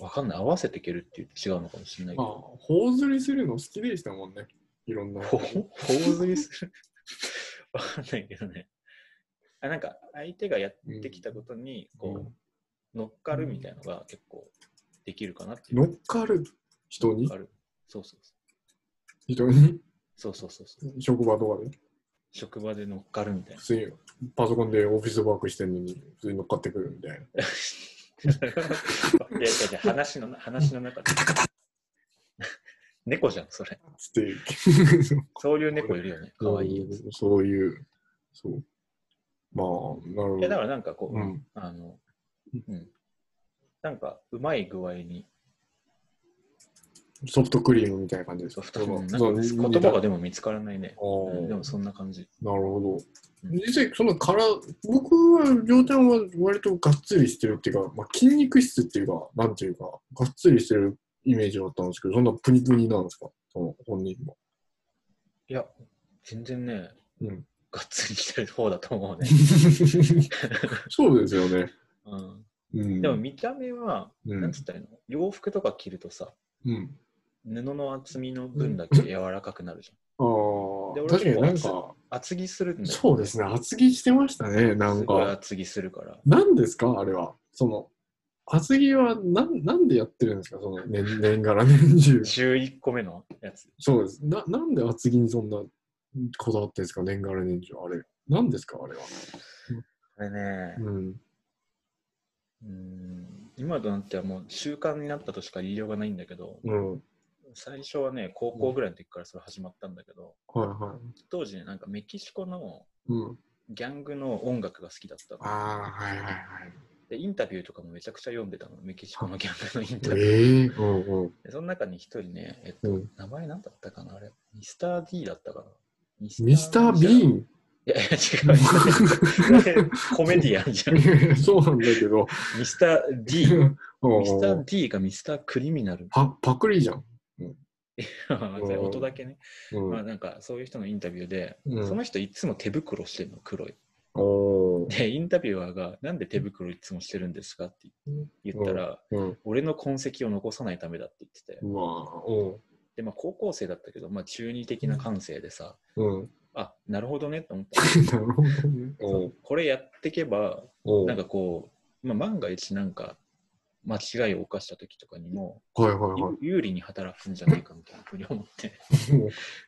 わかんない、合わせていけるっていう違うのかもしれないけ
まあ
ど、、
頬ずりするの好きでしたもんね。いろんな。
ほ頬ずりするわかんないけどね。あなんか、相手がやってきたことに、こう、乗っかるみたいのが結構できるかなっていう。
乗っかる人
乗っ
に
かるそうそう
人に
そう。そうそうそうそう。
職場とかで
職場で乗っかるみたいな
普。通にパソコンでオフィスワークしてるのに普通に乗っかってくるみたいな。
いやいやいや話のな話の中で。猫じゃん、それ。
つって、
そういう猫いるよね。 かわいいやつ。
うんそういう、そう。まあ、なるほ
いや、だか
ど。
らなんかこう、
うん
あの、うん。なんか、うまい具合に、
ソフトクリームみたいな感じです
ソ
か。
フト
そう
うんな
そ
ん
う
か言葉がでも見つからないね。
あー
でもそんな感じ。
なるほど。
うん
実際、そのから、僕は、りょうちゃんは割とがっつりしてるっていうか、まあ、筋肉質っていうか、なんていうか、がっつりしてるイメージだったんですけど、そんなプニプニなんですか、その本人 も。
いや、全然ね、
うん、
がっつりしてる方だと思うね。
そうですよね。
うん、
うん、
でも見た目は、
うん
なんつったらいいの洋服とか着るとさ、
うん、
布の厚みの分だけ柔らかくなるじ
あ
で
あ、
俺
確かになん
結構
か、
ゃん。厚着するんだよ。
そうですね、厚着してましたね、なん
すごい
か。
厚着するから。
なんですか、あれは。その、厚着はなんなんでやってるんですか、その年年がら年中。
11個目のやつ。
そうです。な、なんで厚木にそんなこだわってんですか、年がら年中。あれ。なんですか、あれは。
これね、
うん。
うん、今となってはもう習慣になったとしか言いようがないんだけど、
うん。はい
最初はね、高校ぐらいの時からそれ始まったんだけど、
は
当時ね、なんかメキシコの
い。うん。
ギャングの音楽が好きだったの
ああ、はいはいはい。
で、インタビューとかもめちゃくちゃ読んでたの、メキシコのギャングのインタビュー。
ええうんうん。
でその中に一人ね、えっと、
うん、
名前なんだったかなあれ、ミスター D だったかな。ミ
ミスター・ビ
ンいやいや、違 う。コメディアンじゃん。
ーン そうなんだけど。
ミスター D。
うん
ミスター D がミスタークリミナル。
パパクリじゃん。
それ 音だけね。
うん。
まあなんかそういう人のインタビューで、
うん
その人いつも手袋してるの、黒い。
おー
で、インタビュアーが、なんで手袋いつもしてるんですかって言ったら、
うん。
俺の痕跡を残さないためだって言ってて。
うわー
で、まあ高校生だったけど、まあ中二的な感性でさ、
うん。 うん。
あ、なるほどねって思った。
なるほどね。
そうこれやってけば、
お
なんかこう、まあ万が一なんか、間違いを犯した時とかにも、
はいはいはい。
有利に働くんじゃないかみたいなふうに思って、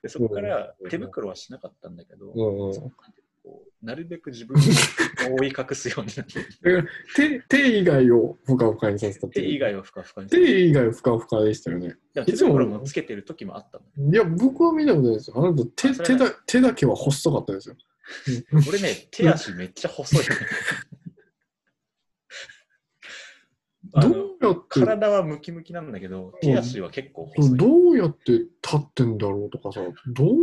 でそこから手袋はしなかったんだけど、
うんうん
その中でこうなるべく自分を覆い隠すようになって、
手手以外をふかふかにさせたって
手
い
以
う
外をふかふかにする。
手以外ふかふかでしたよね。
でも手袋もつけてる時もあったの。
いや、僕は見たことないですよ。あなた手
あそれ
手だ手だけは細かったです よ。
俺ね、手足めっちゃ細い。あ
ど
の
うやって、
体はムキムキなんだけど、手足は結構細い。
どうやって立ってんだろうとかさ、どう、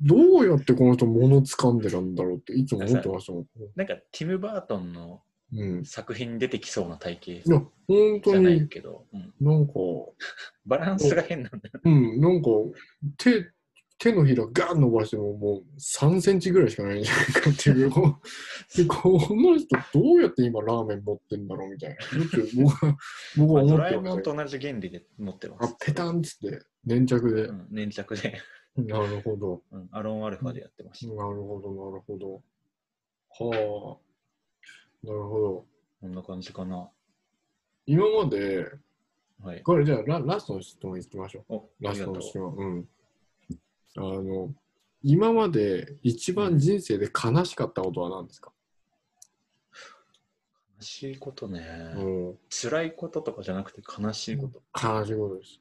どうやってこの人物掴んでたんだろうっていつも思ってましたもん。
なんかティム・バートンの
うん。
作品に出てきそうな体
い
型
や、本当
じゃない
に、
けど、うん
なんか、
バランスが変なんだよ。
うん、なんか、手、手のひらガン伸ばしても、もう3センチぐらいしかないんじゃないかってい う。で、この人、どうやって今ラーメン持ってんだろうみたいな。よく僕は、僕
ま
は
あド
思っ
ラ
て
え
ま
も
した
んと同じ原理で持ってま
あ
す、。
ペタンっつって、粘着で
う。ん、粘着で、
なるほど。
うんアロンアルファでやってました。
なるほど、なるほど。はあ。なるほど。
こんな感じかな。
今まで、
はい。
これじゃあララストの質問いきましょ
お、
う。
あ
ラ
り
ス
が
ト
とう
の。質問。うん。あの、今まで一番人生で悲しかったことは何ですか、
悲しいことね。
うん、
辛いこととかじゃなくて悲しいこと。
悲しいことです。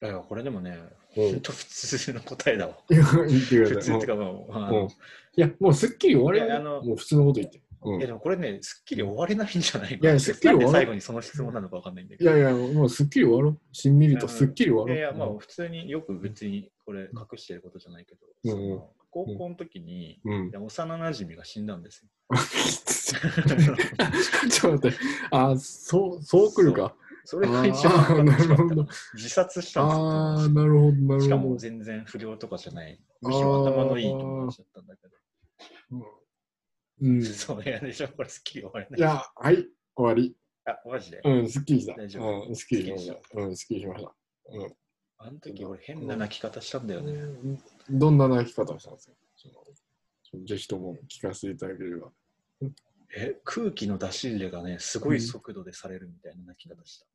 いや、これでもね、
うん
ほんと普通の答えだわ。
いや、言ってく
普
だ
通
さ
っ
い。
て
も
かもう、あ
ううん
の
いや、もうすっきり終わり
いや
だ
あの
よもう普通のこと言って。うん
いやでもこれね、すっきり終われないんじゃない
いやすっきり終わ
な
る
んで最後にその質問なのかわかんないんだけ
いや
ど。
いや、もうすっきり終わろう。しんみりとすっきり終わ
い
ろ
や
う。
いや、まあ普通によく別にこれ隠してることじゃないけど、
うん
その高校の時に、
うん
い。や幼馴染が死んだ んですよ。
ちょっと待って。あ、そう、そう来るか。
それが一番悲しか
あーなる
った
ほ
な
ど
自殺したん
あ
です
あ、
よ
なるほど、なるほど。
しかも全然不良とかじゃない、むしろ頭のいい友達だったんだけど、
うん。い
そういやでしょ、これすっきり終われない。
や、はい、終わり。
あ、マジで。
うん、すっきりした。
大丈夫
うん、すっきりしました。うん、すっきりしました。
あの時俺変な泣き方したんだよね。
うんどんな泣き方をしたんですかそのぜひとも聞かせていただければ。
え、空気の出し入れがね、すごい速度でされるみたいな泣き方した。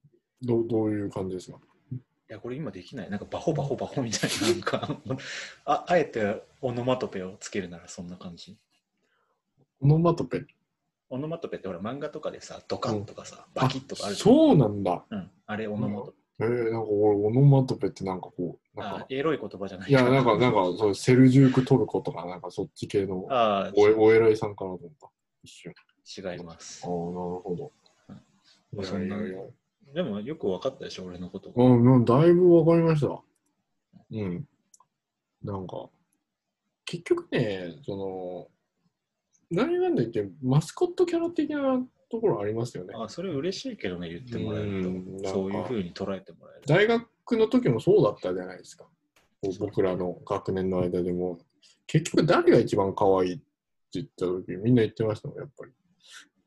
どうどういう感じですか
いや、これ今できない。なんかバホバホバホみたいな、なんか あ、あえてオノマトペをつけるならそんな感じ。
オノマトペ。
オノマトペってほら漫画とかでさ、ドカンとかさ、バキッとかあるじゃん。
そうなんだ。
うん、あれオノマト
えー、なんか俺、オノマトペってなんかこう、
ペ。
なん
あ
か、、
エロい言葉じゃない
いや、なんか、なんか、そうセルジュークトルコとか、なんかそっち系の
あ
おお偉いさんかなと思った。一瞬。
あ、違います
ああ、なる。ほど。
まあそんなでもよく分かったでしょ、俺のこと。
うん、うんだいぶわかりました。うん。なんか、結局ね、その、何なんだ言って、マスコットキャラ的なところありますよね。
あ、それ嬉しいけどね、言ってもらえ
う
る
ん
と。そういうふうに捉えてもらえる。
大学の時もそうだったじゃないですか。こう
そう
僕らの学年の間でも。結局誰が一番可愛いって言った時、みんな言ってましたもん、やっぱり。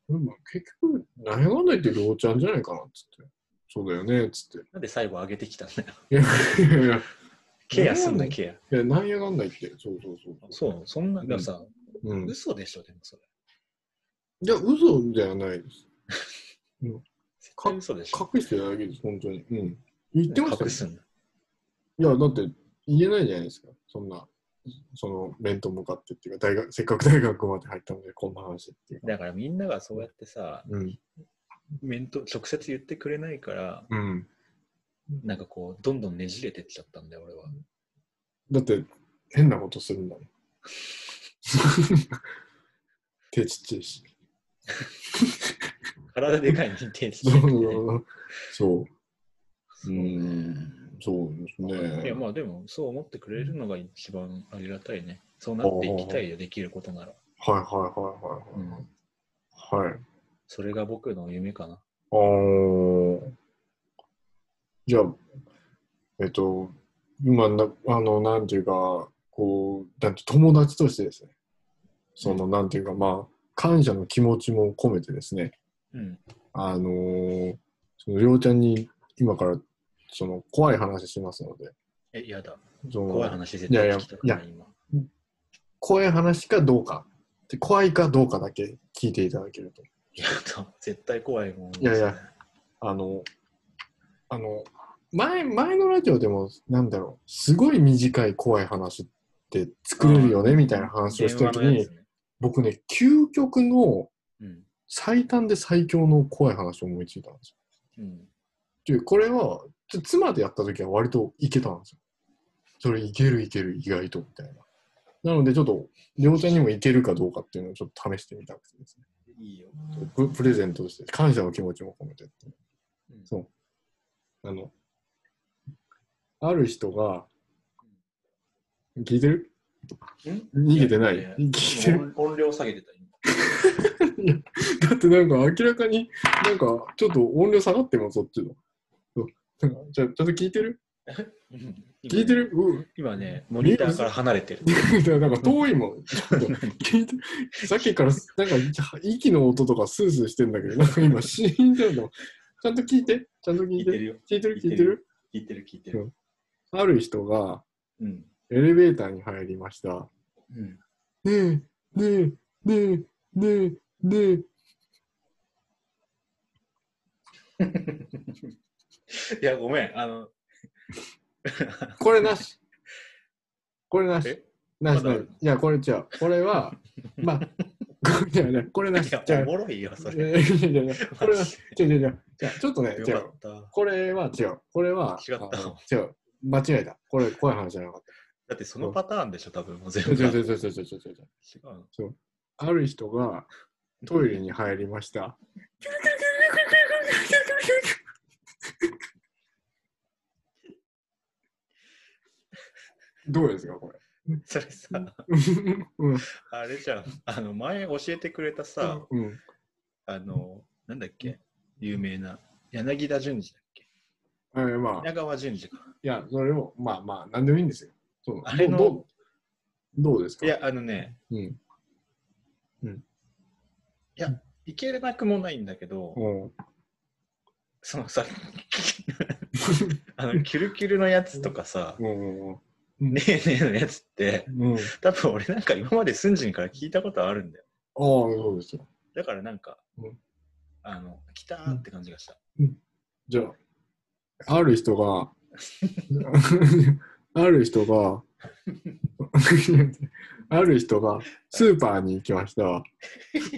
うん、結局、何がないって、りょうちゃんじゃないかなっつって。そうだよね、っつって。
なんで最後上げてきたんだよ。
いやいやいや
ケアすんな、ケア。
いや、なんやかんだ言って、そうそうそう。
そう、そんな、
ん
でもさ、
うん。
嘘でしょ、でもそれ。
いや、嘘ではないです。
絶対嘘でしょ。
隠してただけです、本当に。うん。言ってました
隠
よ
すんだ。
いや、だって言えないじゃないですか。そんな、その、面と向かってっていうか、大学、せっかく大学まで入ったので、こんな話っていうか。
だからみんながそうやってさ、
うん。
面と直接言ってくれないから、
うん。
なんかこう、どんどんねじれてっちゃったんだよ、俺は。
だって、変なことするんだ もん。手ちっちゃいし。
体でかい認定して
そう
る
そう。うん。そうですね。
いや、まあでも、そう思ってくれるのが一番ありがたいね。そうなっていきたいよ、できることなら。
はいはいはいはいはい。はい。
それが僕の夢かな。
あーじゃあ、えっと、今な、あの、なんていうか、こう、なんて友達としてですね、その、なんていうか、まあ、感謝の気持ちも込めてですね、
うん。
あのーその、りょうちゃんに今から、その、怖い話しますので、
え、やだ。
その
怖い話絶対聞きたくない
やいや、
今。
怖い話かどうかで、怖いかどうかだけ聞いていただけると。
いや、でも絶対怖いもん、
いやいや。あの、あの、前、前のラジオでも、なんだろう、すごい短い怖い話って作れるよね、みたいな話をしたとき
電話のや
に
つ、ね
僕ね、究極の
うん。
最短で最強の怖い話を思いついたんですよ。
うん。
っていう、これは、ちょ妻でやったときは割といけたんですよ。それいけるいける、意外と、みたいな。なので、ちょっと、両手にもいけるかどうかっていうのをちょっと試してみたくてですね。
いいよ。
ププレゼントとして、感謝の気持ちも込めてっていう
うん
そうあの、ある人が、聞いてる
ん
逃げてない
ややや
聞いてる
音音量下げてた、今。
だってなんか明らかに、なんかちょっと音量下がってもそっちの。そうなんかじゃあちょっと聞いてる
うん
聞いてるうん。
今ね、モニターから離れてる。
なんか遠いもん。ちょっと聞いてさっきからなんか息の音とかスースーしてんだけど、なんか今死んじゃうの。ちゃんと聞いて。ちゃんと聞
聞
い
いて
て。
るよ。
聞いてる
聞
聞
い
い
て
て
る
る
聞いてる、聞いてる。
ある人が
うん。
エレベーターに入りました。
うん。
ねえ、ねえ、ねえ、ねえ、ねえ。
いや、ごめん。あの、
これなし。これなし
え。
なし、
まだ
なし
ある。
いや、これ違う。これ は、まあ、これね、これないし。
や
じゃあ、
お
い
もろいよ、それ。
やいやいやいやこれは、違う違う違う。じゃあちょっとね、
よ
違
か
う。
った。だ
これは違う。これは、
違った
あの違う。間違えた。これ、怖い話じゃなかっ
ってそのパターンでしょ、多分もう全
た。
部
違う違
が。
う
違
違う違う違う違う違う。
うの
ある人がトイレに入りました。どうですか、これ。
それさ、
うん
あれじゃん。あの、前教えてくれたさ、
うん、
あの、なんだっけ、有名な、柳田淳二だっけ。
えーまあ、
柳川淳二か。
いや、それを、まあまあ、なんでもいいんですよ。そう
あれの
どうどうどうです
い
か
や、あのね、
うん。
いけなくもないんだけど、
うん
そのさ、あの、キュルキュルのやつとかさ、
うん。
ねえねえのやつって、
うん。ああ、
多分俺なんか今までスンジンから聞いたことあるんだよ。
そうですよ。
だからなんか、
うん
あの、来たーって感じがした。
じゃあ、ある人が、 ある人が、 ある人が、スーパーに行きました。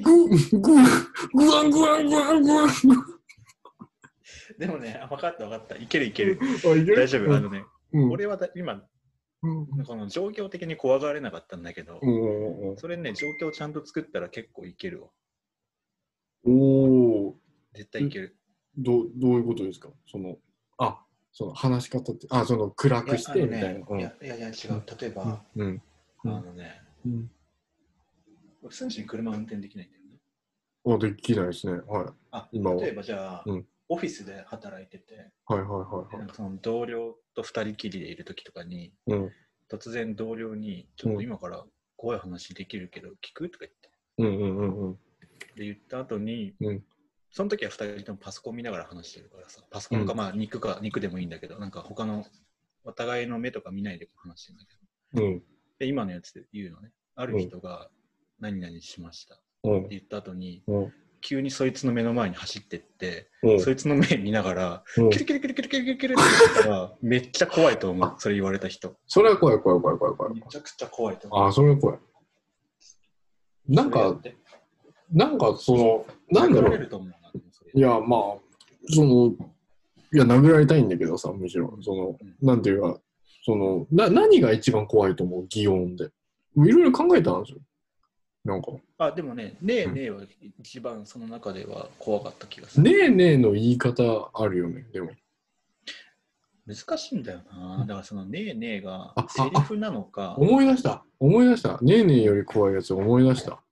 ぐ、ぐ、ぐわんぐわんぐわんぐわん。
でもね、分かった分かった。いけるいける。
あいける
大丈夫。あのね、
うん。
俺はだ今、
うん。
この状況的に怖がれなかったんだけど、
うんうんうん
それね、状況ちゃんと作ったら結構いけるわ。
おー。
絶対いける。
どうどういうことですかその、あ、その話し方って、あ、その暗
いや
くし
あ
て
の
みたい
ね
な。うん
いやいやいや違う。例えば、
うん。う
あ
ん
のね、
うん。
俺スンジン車運転できないんだよね。
あ、できないですね。は
あ、
今は
例えばじゃあ、
うん
オフィスで働いてて、
い。はいはいはい
で
は
ないん。かその同僚と二人きりでいるときとかに、
うん。
突然同僚に、ちょっと今から怖い話できるけど、聞くとか言って。
うんうんうんうん。
で、言った後に、
うん
その時は二人ともパソコン見ながら話してるからさ、パソコンか、
う
まあ肉か、肉でもいいんだけど、なんか他の、お互いの目とか見ないで話してるんだけど。
うん。
で、今のやつで言うのね。ある人が、何々しました。って
うん。
言った後に、
うん
急にそいつの目の前に走ってって、
うん
そいつの目見ながら、
うん
キュルキュルキュルキュルキュルキュルって言ったら、めっちゃ怖いと思う。それ言われた人。
それは怖い怖い怖い怖い怖い
め。ちゃくちゃ怖いと思う。
あ、それは怖い。なん
それやっ
か、
て、
なんかその、なんだ
殴
ろ
られ
う。
ると思うな。でもそれ
いや、まあ、その、いや、殴られたいんだけどさ、むしろ。その
うん、
なんていうか、その、な、何が一番怖いと思う擬音で。いろいろ考えたんですよ。なんか。
あ、でもね、ねえ
うん
ねえは一番その中では怖かった気がする。
ねえねえの言い方あるよね、でも。
難しいんだよな。だからそのねえねえが
ああ
セリフなのか、
思い出した、思い出した。ねえねえより怖いやつ思い出した。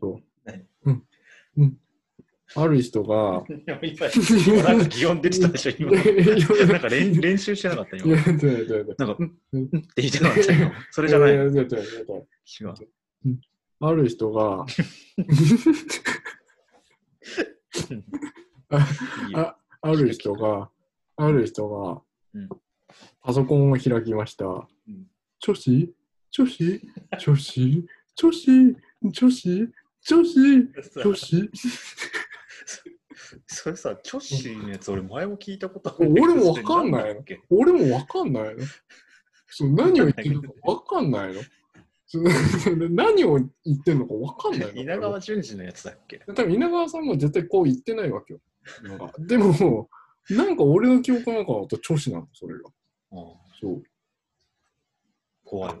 そ
何
う。うん。うん。ある人が、
いや今今なんか擬音出てたでしょ、 今。なんか練練習してなかった、
いや、
今。
待って待って待って
なんか、うん、
う
うんんって言ってなかった、今。それじゃな
い
い。違
や
う。
や待って待って待ってある人が、
いいよ
あある人が、ある人が
うん、
パソコンを開きました
ん。
女子女子女子女子女子女子女
そ
子
それさ、キョッシーのやつ、俺前も聞いたことあ
俺もわかんないの
の。け
俺もわかんないの。そう何を言ってるのかわかんないの。そう何を言ってるのかわかんないの。
稲川淳二のやつだっけ
多分稲川さんも絶対こう言ってないわけよ。なんかでも、なんか俺の記憶の中だと調子なの、それが。
うん
そう。
怖いわ。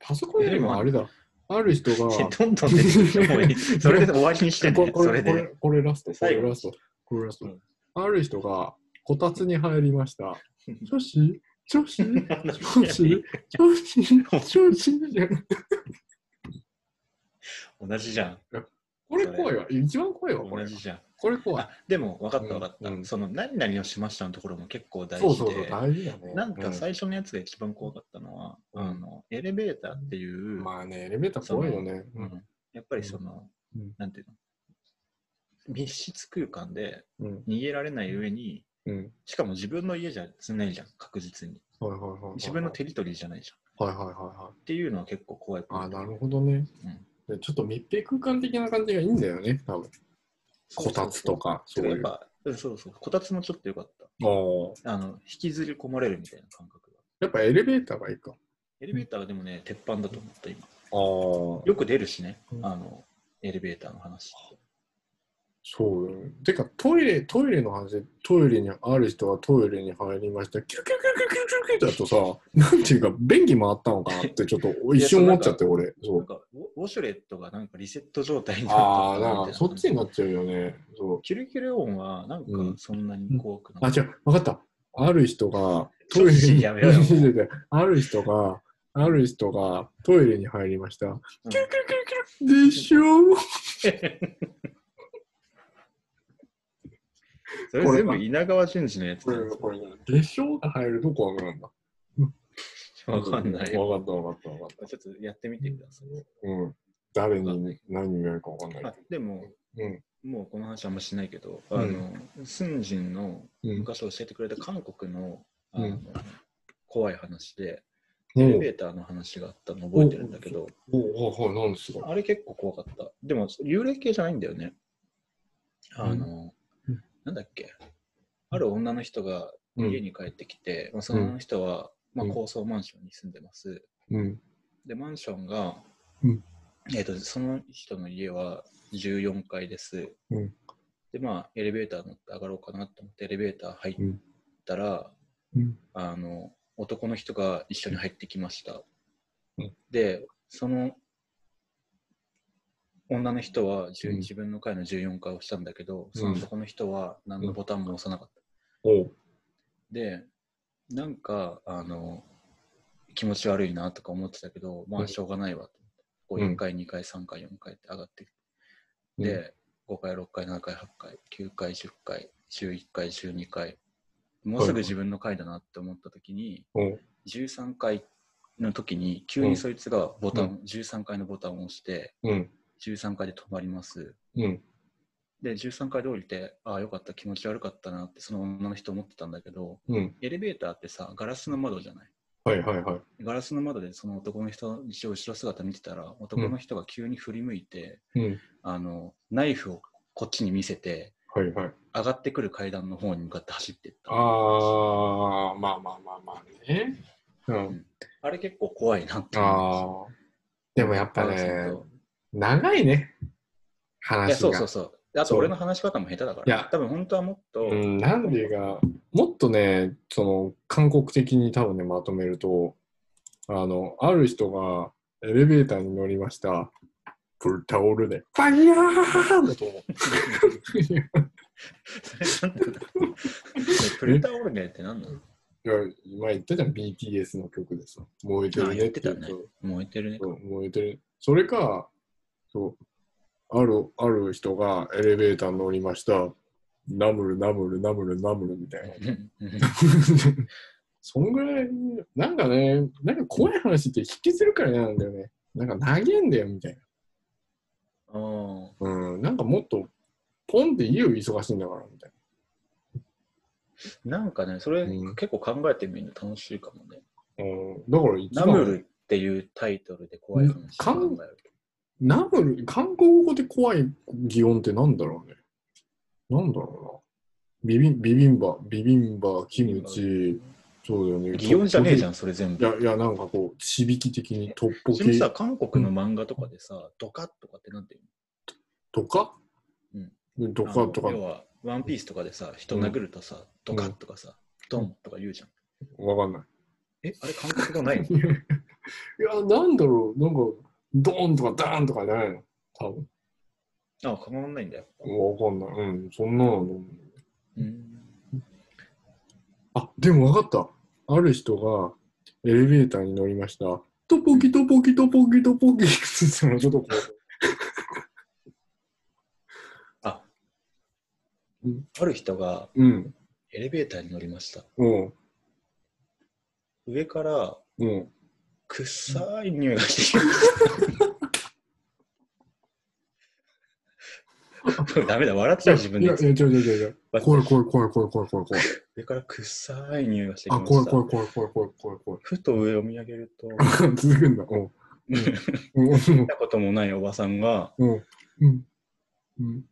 パソコンよりもあれだ。ある 人が、
どんどん出てくるもう いいそれで終わりにして
こ
ね
れ、こ
そ
れ
れ
これ
で。
これラスト、こ
最
れ
後
ラスト、これラスト。
うん
ある人が、こたつに入りました。女子女子女
なんだっ
子女子女子じゃない。
け 同じじゃん。
これ怖いわ。一番怖いわ、こ
同
れ。
じじゃん。
これ怖い
あ。でも分かった分かった、
うん
その何々をしましたのところも結構大
そう
事
そうそう、
で
大事だね。
なんか
最
最初のやつが一番怖かったのは、
うん
あのエレベーターっていう、
まあね、エレベーター怖いよね。
う
うん
んやっぱりその、
うん
なんていうの密室空間で
うん。
逃げられない上に
うん。
しかも自分の家じゃないじゃん確実に
はいはいはいはい。
自分のテリトリーじゃないじゃん
はいはいはいはい。
っていうのは結構怖い
あーなるほどね、でちょっと密閉空間的な感じがいいんだよね、多分。こたつとか、
そ
そう
うや
い
っ
う。あ
ぱうんそうそうこたつもちょっとよかっ
ー
たあの引きずり込まれるみたいな感覚が
やっぱエレベーターがいいか。
エレベーターがでもね鉄板だと思った今
ああ。
よく出るしね、
うん
あの、エレベーターの話。
そうよね。てか、トイレ、トイレの話、トイレにある人はトイレに入りました。キュキュキュキュキュキュキュだとさ、なんていうか、便器回ったのかなってちょっと一瞬思っちゃって、俺。そ
なん
う。
か、ウォウォシュレットがなんかリセット状態にな
ああ、
った
なんかそっちになっちゃうよね。そう。
キュルキュル音は、なんか
うん
そんなに怖く
あ、
ない。
違う、わかった。ある人が、
ちょっとやめろよ
トイレに ある人が、ある人がトイレに入りました。キュルキュルキュルキュルでしょ
それ全部稲川淳二のやつ
こ
な
れ
んです
これでしょが入ると怖くなるんだ。
よわかんないよ。
わかったわかったわかった。
ちょっとやってみてくださ
うん。誰に何をやるかわかんない
い。あでも、
けど。
もうこの話あんましないけど、
うん
あの、スンジンの
うん。
昔教えてくれた韓国のあ
う
の
ん
怖い話で、
う
エレ
ん。
ベーターの話があったの覚えてるんだけど、
おおおはい、なんですか。
あれ結構怖かった。でも、幽霊系じゃないんだよね。あの、
うん
なんだっけ。ある女の人が
うん
家に帰ってきて、まあ、その人は、まあ、
うん
高層マンションに住んでます。
うん。
で、マンションが、
うん
えっと、その人の家は14階です。
うん
で、まあ、エレベーター乗って上がろうかなと思って、エレベーター入ったら、
うん。
あの男の人が一緒に入ってきました、
うん
でその女の人は10
うん
自分の回の14回をしたんだけど、
うん
その男の人は何のボタンも押さなかった、
おう
でなんかあの気持ち悪いなとか思ってたけどま
う
あ
ん
しょうがないわと
うん
1回2回3回4回って上がってきて、で5回6回7回8回9回10回11回12回もうすぐ自分の回だなって思った時に、
おう
13回の時に急にそいつがボタン、13回のボタンを押して
うん。
13回で止まります
うん。
で13回で降りてああよかった気持ち悪かったなってその女の人思ってたんだけど
うん。
エレベーターってさガラスの窓じゃない
はいはいはい。
ガラスの窓でその男の人の一応後ろ姿見てたら男の人が急に振り向いて、
うん。
あのナイフをこっちに見せて
はいはい。
上がってくる階段の方に向かって走っていった
ああ、まあまあまあまあね。うん。
あれ結構怖いなって思
ああ。でもやっ
いました
ぱ
高橋さ
ね
ん、と
長いね。
いや
話
そう
が。
そうそう。であと
そう
俺の話し方も下手だから。
いや
多分本当はもっと、
うん、なんでが、もっとね、その、韓国的に多分ね、まとめると、あの、ある人がエレベーターに乗りました。プルタオルで、ファイヤーだと 思う。いや
それなんだろうね プレタオルネって何なの
今言ったじゃん、BTS の曲でさ、燃えてるねっていう
あ言ってたね
そう
燃え てるね。
そう燃えてる。それか、そう、ある、ある人がエレベーターに乗りました。ナムル、ナムル、ナムル、ナムルみたいな。 そんぐらい、なんかね、なんか怖い話って引きずるから嫌なんだよね。なんか投げんだよみたい
あー
な。うん、なんかもっと、ポンって家を忙しいんだからみたい
なんかね、それ、
うん
結構考えてみるの楽しいかもね。
な。うん、だから一
ナ
番
ムルっていうタイトルで怖い話考
韓
える。
ナムル、韓国語で怖い擬音ってなんだろうね。なんだろうな。ビビンビビンバ、ビビンバ、キムチ、そうだよね。
擬音じゃねえじゃ
ん。
ん、それ全
い
部。
や、いやなんかこう、ちびき的にトッポ
ちなみ
ケ
にさ、韓国の漫画とかでさ、ドカッとかってなんていう
とか、と
の
かとか
あの、要は、ワンピースとかでさ、人殴るとさ、ドカッとかさ、ドンとか言うじゃん。
わかんない。
え、あれ韓国 語ないの
いや、なんだろう、なんか、ドーンとかダーンとかじゃないの多分。
あ、変わんないんだよ。
わかんない。うん、そんなの。
うん。
あ、でもわかった。ある人がエレベーターに乗りました。トポキトポキトポキトポキって言ってたのちょっとこ
あ
うん、
ある人が
う。うん。
エレベーターに乗りました。
うん。
上から、
うん。
臭い匂いがしてき ました。ダメだ、笑っちゃう自分
い
で
や、い。や、違う違う違う違う。怖い怖い怖い怖い怖い怖い怖い。
上から臭い匂いがしてき
あ、
ま
怖い
し
怖
た。
い怖い怖い怖い怖い怖い。
ふと上を見上げる と、
続くんだ。うん。うん。
見たこともないおばさんが、
うん。うん。うん。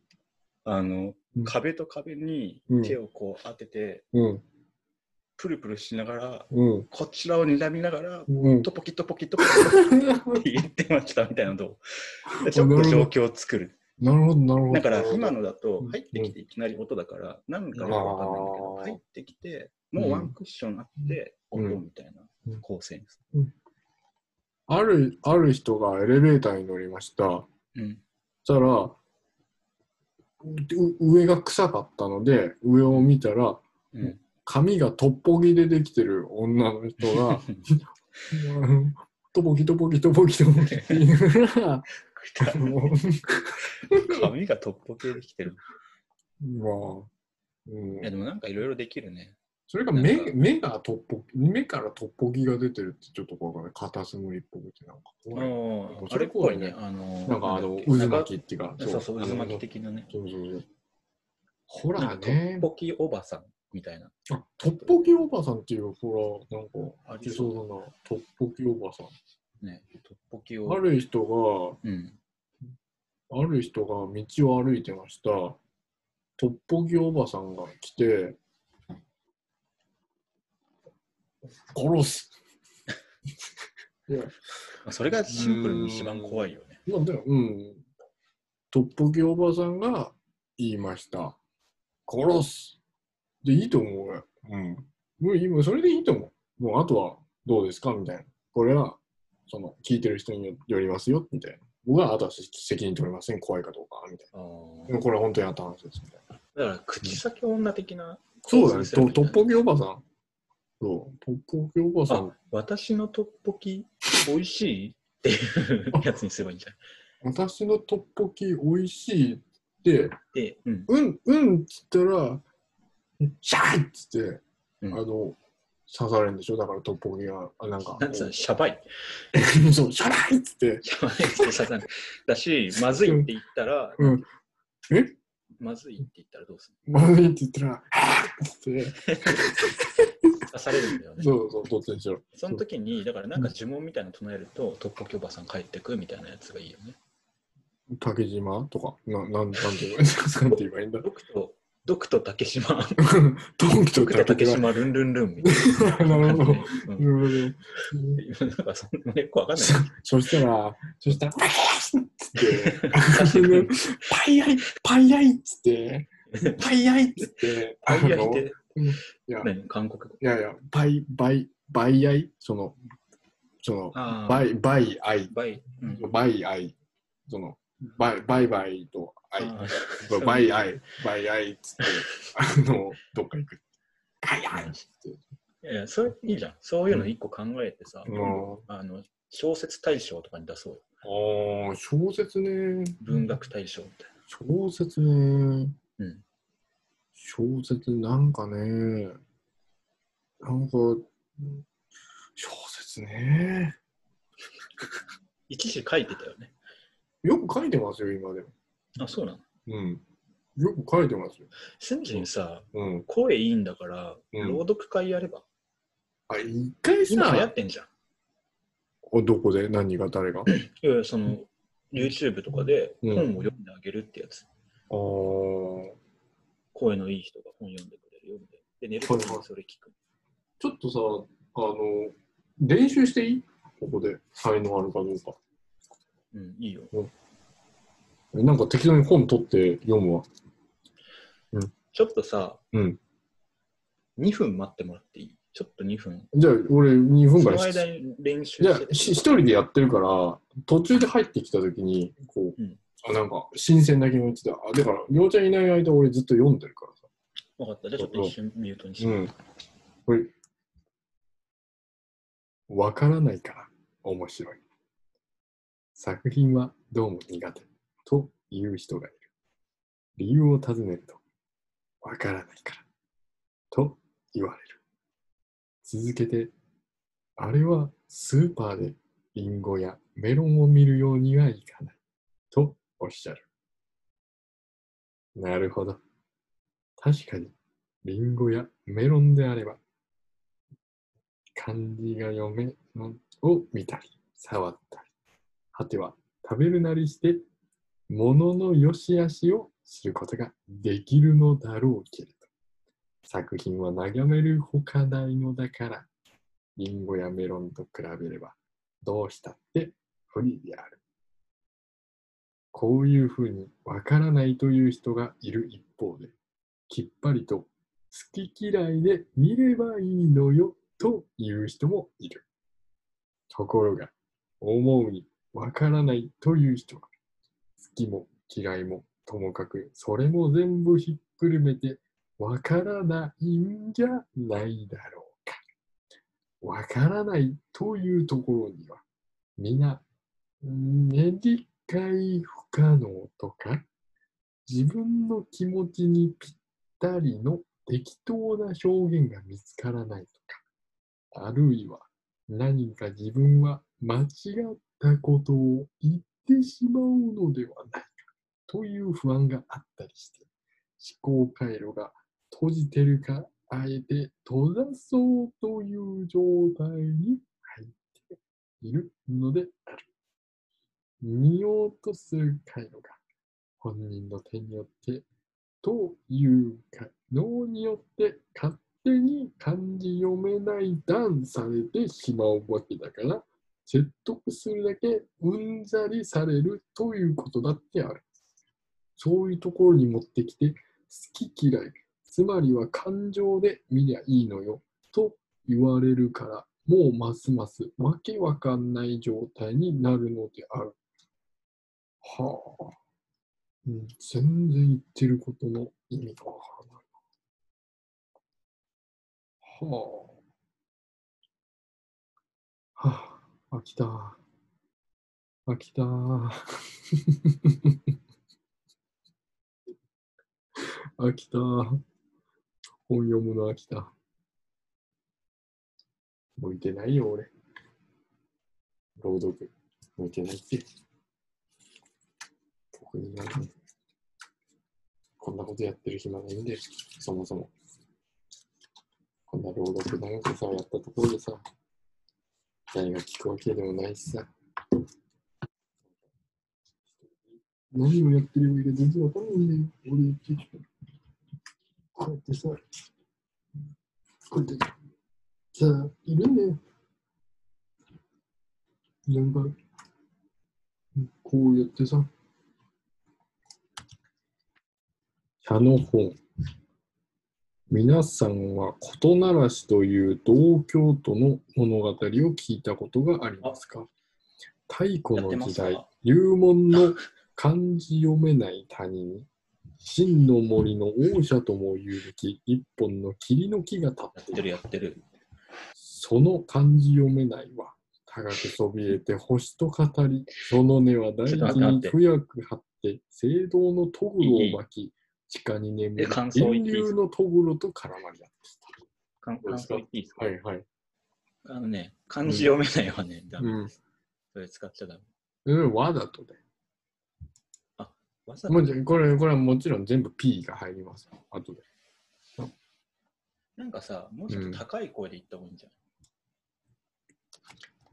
あの
うん、
壁と壁に手をこう当てて、
うん。
プルプルしながら、
うん。
こちらを睨みながら、
うん。
トポキトポキトポキって言ってましたみたいなのと、でちょっと状況を作る。
なるほど、なるほど。
だから今のだ
う
と
ん
入ってきていきなり音だからなんかよくわかんないんだけど
あー
入ってきてもうワンクッションあって
う
音
ん
みたいな構成です。
ある、ある人がエレベーターに乗りました。
うん。
そしたら、う上が臭かったので、上を見たら、
うん。
髪がトッポギでできてる女の人 が、うんトポギトポギトポギトポギって言い ながら、も
髪がトッポ系できてる。
う まあ、うん
いやでもなんかいろいろできるね。
それが
なん
目
か
目がトッポ目からトッポギが出てるってちょっとこうかんない。片隅っぽくてなんか
あ
怖い。
ー
そ
あ
れ
れ
っ
っ
ぽ
ぽ
い
い
ね
ね。あの
なんかあの、
な
渦
んだっ
巻
け
きっていうか、
そうそう、渦巻き的なね。
そうそうそう。ホラ
なん
ー
かトッ
ね。
ポキおばさんみたいな。
あトッポキおばさんっていうホラー、なんか、
あ
ありそうだな。トッポキおばさん。
ね。トッポキを。
ある人
うん。
が、ある人が道を歩いてました。トッポキおばさんが来て、殺す。いや、
まあそれがシンプルに一番怖いよね。
まあでも、うん。トッポキおばさんが言いました。殺す。で、いいと思うよ。うん。もう今、それでいいと思う。もう、あとはどうですかみたいな。これは、その、聞いてる人によりますよ、みたいな。僕は、あとは責任取れません。怖いかどうか、みたい
あ
な。
ー
でもこれは本当にあった話です、みたいな。
だから口先女的な。
そうだね。
構成するみた
ト
い
ッ
な
ポキおばさん。そう。トッポキおばさ
あ
ん。、
私のトッポキ、美味しいっていうやつにすればいいんじゃない
私のトッポキ美味しいって、
で、うん。
うん、うんっつったら、シャーっつって、
うん
あの、刺されるんでしょだからトッポギが、あなんか、
なんつうの、シャバい。
そう、シャライっつって、
シャバいってさなんかだし、まずいって言ったら、
うん、え
まずいって言ったらどうす
まずいって言ったら、はぁっつって、
る刺されるんだよね。
そうそう、どっちにしろ。
その時に、だからなんか呪文みたいなの唱えると、トッポキおばさん帰ってくみたいなやつがいいよね。
竹島とか、な、なん、なんて言えばいいんだなんて言えばいいんだ
ドクと、ドクと竹島、
トンキと
ドク
竹
と竹
島。
島、ルンルンルンみた い
な
な
る
感
ほ
じ
ど。な。
でうん
るほど。
なんかそんなよくわかんない
そ。そしたら、そ したら、パイヤイっつって、
刺してくる
パイヤイ、パイヤイっつって、 パイヤイっつって、
バイヤ
あ
イっ
の
て
うんいや、
何韓国語
いやいや、倍、倍、倍愛、その、その、
あー
倍、倍愛、
バイ、うん、
倍愛、その、倍、倍倍と
あ
愛、
ー
倍愛、倍愛っつって、 あの、どっか行く。倍愛っつって。
いやそれいいじゃんそういうの一個考えてさ、
うん
あの小説大賞とかに出そうよ
ああ、小説ね。
文学大賞みたい
小説ね。
うん
小説なんかね。なんか、小説ね。
な一時書いてたよね
よく書いてますよ、今でも。
あそうなの
うん。よく書いてますよ。
先人さ
うん。
声いいんだから、
うん
朗読会やれば
あ、一回
今流行
さ
っ、てんじゃん
おどこで何が誰が
いやいやその YouTube とかで
うん
本を読んであげるってやつ。
あー
声のいい人が本読んでくれるよみたいな。で、寝るときにそれ聞く。
ちょっとさ、あの、練習していいここで才能あるかどうか。
うん、いいよ。
なんか適当に本取って読むわ。
ちょっとさ、
うん。
2分待ってもらっていいちょっと2分。
じゃあ、俺2分ぐ
そ
ら
の
い
間に練習
じゃあ
して、て
し一人でやってるから、途中で入ってきたときに、こう、
うん
あ、なんか、新鮮な気持ちだ。あ、だから、りょうちゃんいない間、俺ずっと読んでるからさ。
わかった。じゃあちょっと一瞬ミュートにして。
ん。これ、わからないから、面白い。作品はどうも苦手という人がいる。理由を尋ねると、わからないから、と言われる。続けて、あれはスーパーでリンゴやメロンを見るようにはいかない、とおっしゃる。なるほど。確かに、リンゴやメロンであれば、漢字が読めのを見たり、触ったり、果ては食べるなりして、ものの良し悪しをすることができるのだろうけれど、作品は眺めるほかないのだから、リンゴやメロンと比べれば、どうしたって不利である。こういうふうにわからないという人がいる一方で、きっぱりと好き嫌いで見ればいいのよという人もいる。ところが、思うにわからないという人は、好きも嫌いもともかく、それも全部ひっくるめて、わからないんじゃないだろうか。わからないというところには、皆、ね理解不可能とか、自分の気持ちにぴったりの適当な表現が見つからないとか、あるいは何か自分は間違ったことを言ってしまうのではないかという不安があったりして、思考回路が閉じてるか、あえて閉ざそうという状態に入っているのである。見ようとする回路が本人の手によってというか脳によって勝手に漢字読めない段されてしまうわけだから説得するだけうんざりされるということだってあるそういうところに持ってきて好き嫌いつまりは感情で見りゃいいのよと言われるからもうますますわけわかんない状態になるのであるはあうん全然言ってることの意味がわからない。はあ。はあ、飽きた。飽きた。 飽きた。本読むの飽きた。向いてないよ、俺。朗読。向いてないって。特になんかこんなことやってる暇ないんで、そもそも。こんな朗読長くさ、やったところでさ、誰が聞くわけでもないしさ。何をやってるのか全然わかんないんだよ。俺結構、こうやってさ、こうやってさ、いるんだよ。なんか、こうやってさ、キャノ本。皆さんは事ならしという同郷都の物語を聞いたことがありますか太古の時
やってます
代
か、
流門の漢字読めない谷に、真の森の王者とも言うべき一本の霧の木が立
や
って
っ
い
て
る
るやってる。
その漢字読めないわ。高くそびえて星と語り、その根は大事に不く張って、聖堂のトグロを巻き、地下に眠
え
る
感想言っ
源
ていいです
流
か
のトグロと絡まり合っ
感
どう
感
です
想
か
言っていいですか
はいはい。
あのね、漢字読めないはね、ダメ
うん。
それ使っちゃダメ。
うん、わざとで。
わざ
も
と
うじゃこれ、これはもちろん全部 P が入ります。あとで。
なんかさ、もうちょっと高い声で言った方がいいんじゃな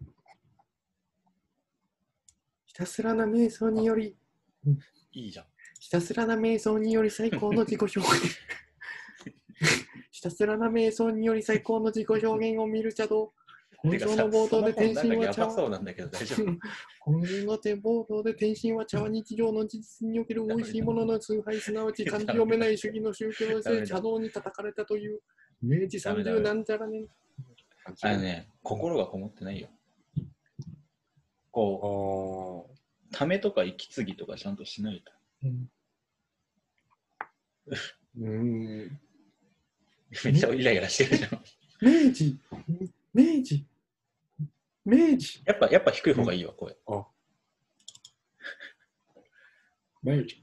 い、
ひたすらな瞑想により、
いいじゃん。
ひたすらな瞑想により最高の自己表現。ひたすらな瞑想により最高の自己表現を見る茶道。今
てか
週
さ
の冒頭で天
その
心
本なん
は
か
茶
やばそ
碗。
うなんだけど大丈夫。
今週の展望頭で天心は茶は日常の事実における美味しいものの崇拝、すなわち漢字読めない主義の宗教として茶道に叩かれたという、明治
ダメダメ
30なんちゃら年。
あのね、心がこもってないよ。こ
お
う、ためとか息継ぎとかちゃんとしないと。
ー。うん。
めっちゃイライラしてるじゃん。
明治、明治、明治。
やっぱ、やっぱ低い方がいいわ、声。
明治、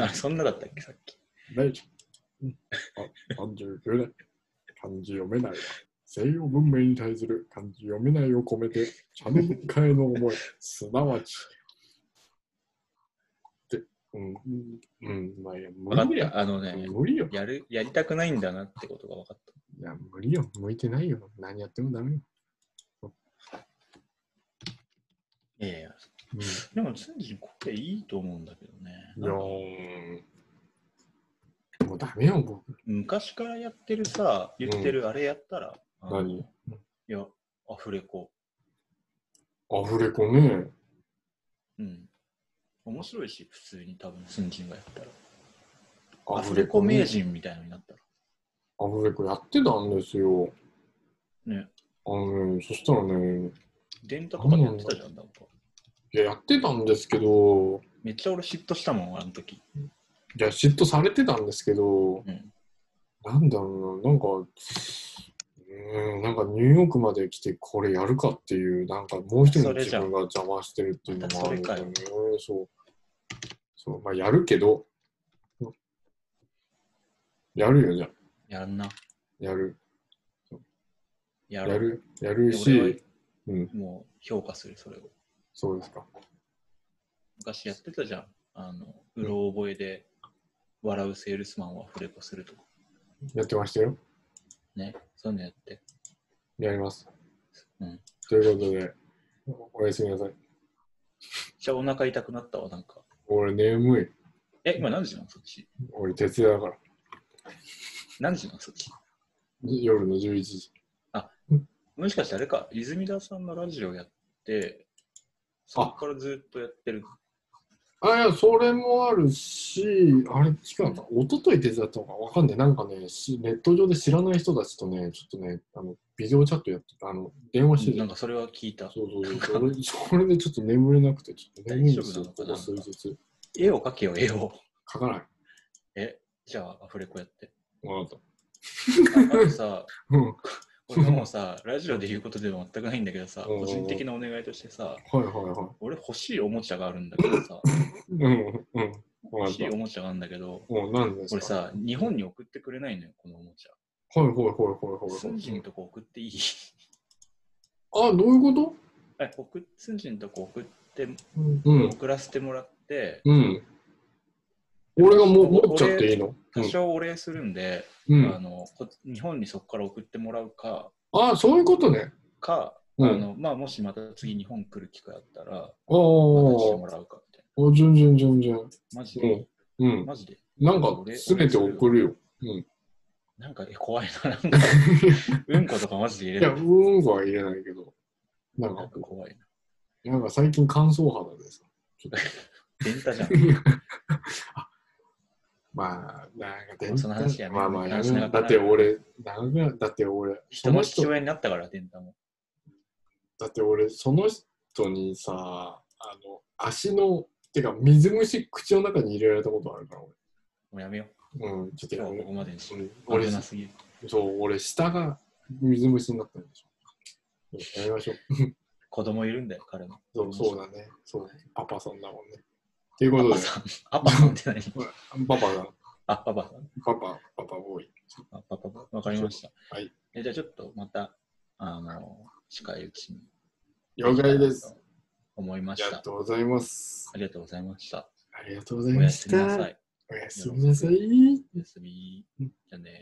あ、そんなだったっけ、さっき。
明治。あ、39年。漢字読めないわ。西洋文明に対する漢字読めないを込めて、茶の文化への思い、すなわち。で、うん、うん、まあ、いや、
分か
無
っ
理や。
た。あのね、
無理よ。
やる、やりたくないんだなってことが分かっ
いや、無理よ。向いてないよ。何やってもダメよ。
た。いやいや、
うん
でも、常に声いいと思うんだけどね。
いやーもうダメよ、僕。
昔からやってるさ、言ってるあれやったら、あの
何
いや、アフレコ。
アフレコね。
うん。面白いし、普通に多分、新人がやったら。
ア
ア
フ
フ
レ
レ
コ
コ
ね
名。人みたいのになったら。
アフレコやってたんですよ。
ね。
あのね、そしたらね、
電卓とかでやってたじゃん、なんか。
いや、やってたんですけど、
めっちゃ俺嫉妬したもん、あの時。
いや、嫉妬されてたんですけど、
うん。
なんだろうな、なんか、うーん、なんかニューヨークまで来てこれやるかっていう、なんかもう一人の
それ
自
じゃん
分が邪魔してるっていうのもあるんだよね
ま。
そう。そう、まあ、やるけど、うんやるよ、じゃあ
やんな。
やる。
や
や
ろう。
る、やる
で俺は
し、うん、
もう評価する、それを。
そうですか。
昔やってたじゃん。あの、うろ覚えで、笑うセールスマンをアフレコするとか。
やってましたよ。
ね。そういうのやって。
やります。
うん
ということで、おやすみなさい。
めっちゃお腹痛くなったわ、なんか。
俺眠い。
え、今何時なのそっち。
俺徹夜だから。
何時なのそっち。
夜の11時。
もしかしてあれか、泉田さんのラジオやって、そこからずっとやってる。
あ、いや、それもあるし、あれ、違うな。一昨日徹夜だったのかわかんない。なんかね、しネット上で知らない人たちとね、ちょっとね、あの、ビデオチャットやって、あの、電話して
な
た
ん。かそれは聞いた。
そうそうそう。俺、それでちょっと眠れなくて、ちょっと眠いんですよ、
大丈
こ
夫な
こ
のか
数
な
日。
絵を描けよ、絵を。
書かない。
え、じゃあアフレコやって。
わかっ
ああ とさ、
た。うん。はい
これもうさ、ラジオで言うことでは全くないんだけどさ、
うん
個人的なお願いとしてさ、
はいはい。
俺欲しいおもちゃがあるんだけどさ、
うん、うん。わか
欲
っ
しい
た
お。もちゃがあるんだけど、
もう何です
俺
か
さ、日本に送ってくれないのよ、このおもちゃ。
はいはいはいはいはい。
スンジンとこ送ってい い
あ、どういうこと
え送スンジンとこ送って、
うん。
送らせてもらって、
うん。俺がも持っちゃっていいのう
多
ん
少お礼するんで、
うん
あ。のこ日本にそこから送ってもらうか、
あ、そういうことね。
か、
うん
あのまあ、もしまた次日本来る機会あったら、
あ
またして
ー
もらうかみたい
あ、全然全然。
な。マジで、
うん。
マジで。
なんか、すべて送るよ。
なんかえ怖いな、なん か、うんことかマジで入
い
れ
や、
る
う。ーんこは言えないけど。な
なんん
か
か、怖いな。
なんか最近乾燥肌でさ。
電太 じゃん。
まあ、なんか
その話やめよ
まあ
う
まあ、やめ
話長くな
よ
る
うだって俺、長くなるだって俺、
人の父親になったから、電太も。
だって俺その人にさあの足のてか水虫口の中に入れられたことあるから
もうやめよう。
俺うんちょっと
今
や
日は
め
ここ
よ
までにしよ
う
う。
俺
危
俺
なすぎる。
そう俺下が水虫になったんでしょやめましょう
子供いるんだよ、彼の。
そうそうだねそうパパさんだもんねというこ
パ
とで
パさん。あパさんって何
パパが
あ、パパさん。
パパパパボーイ
あパパさんわかりました。
はい
えじゃあちょっとまた、あの、近いうちに。
了解です。
思いま
あ
し
りが
た。
とうございます
ありがとうございました。
ありがとうござ
お
いま
や
し
すみな
た
さい。
おやすみなさい
おやすみ
うん。
じゃあね。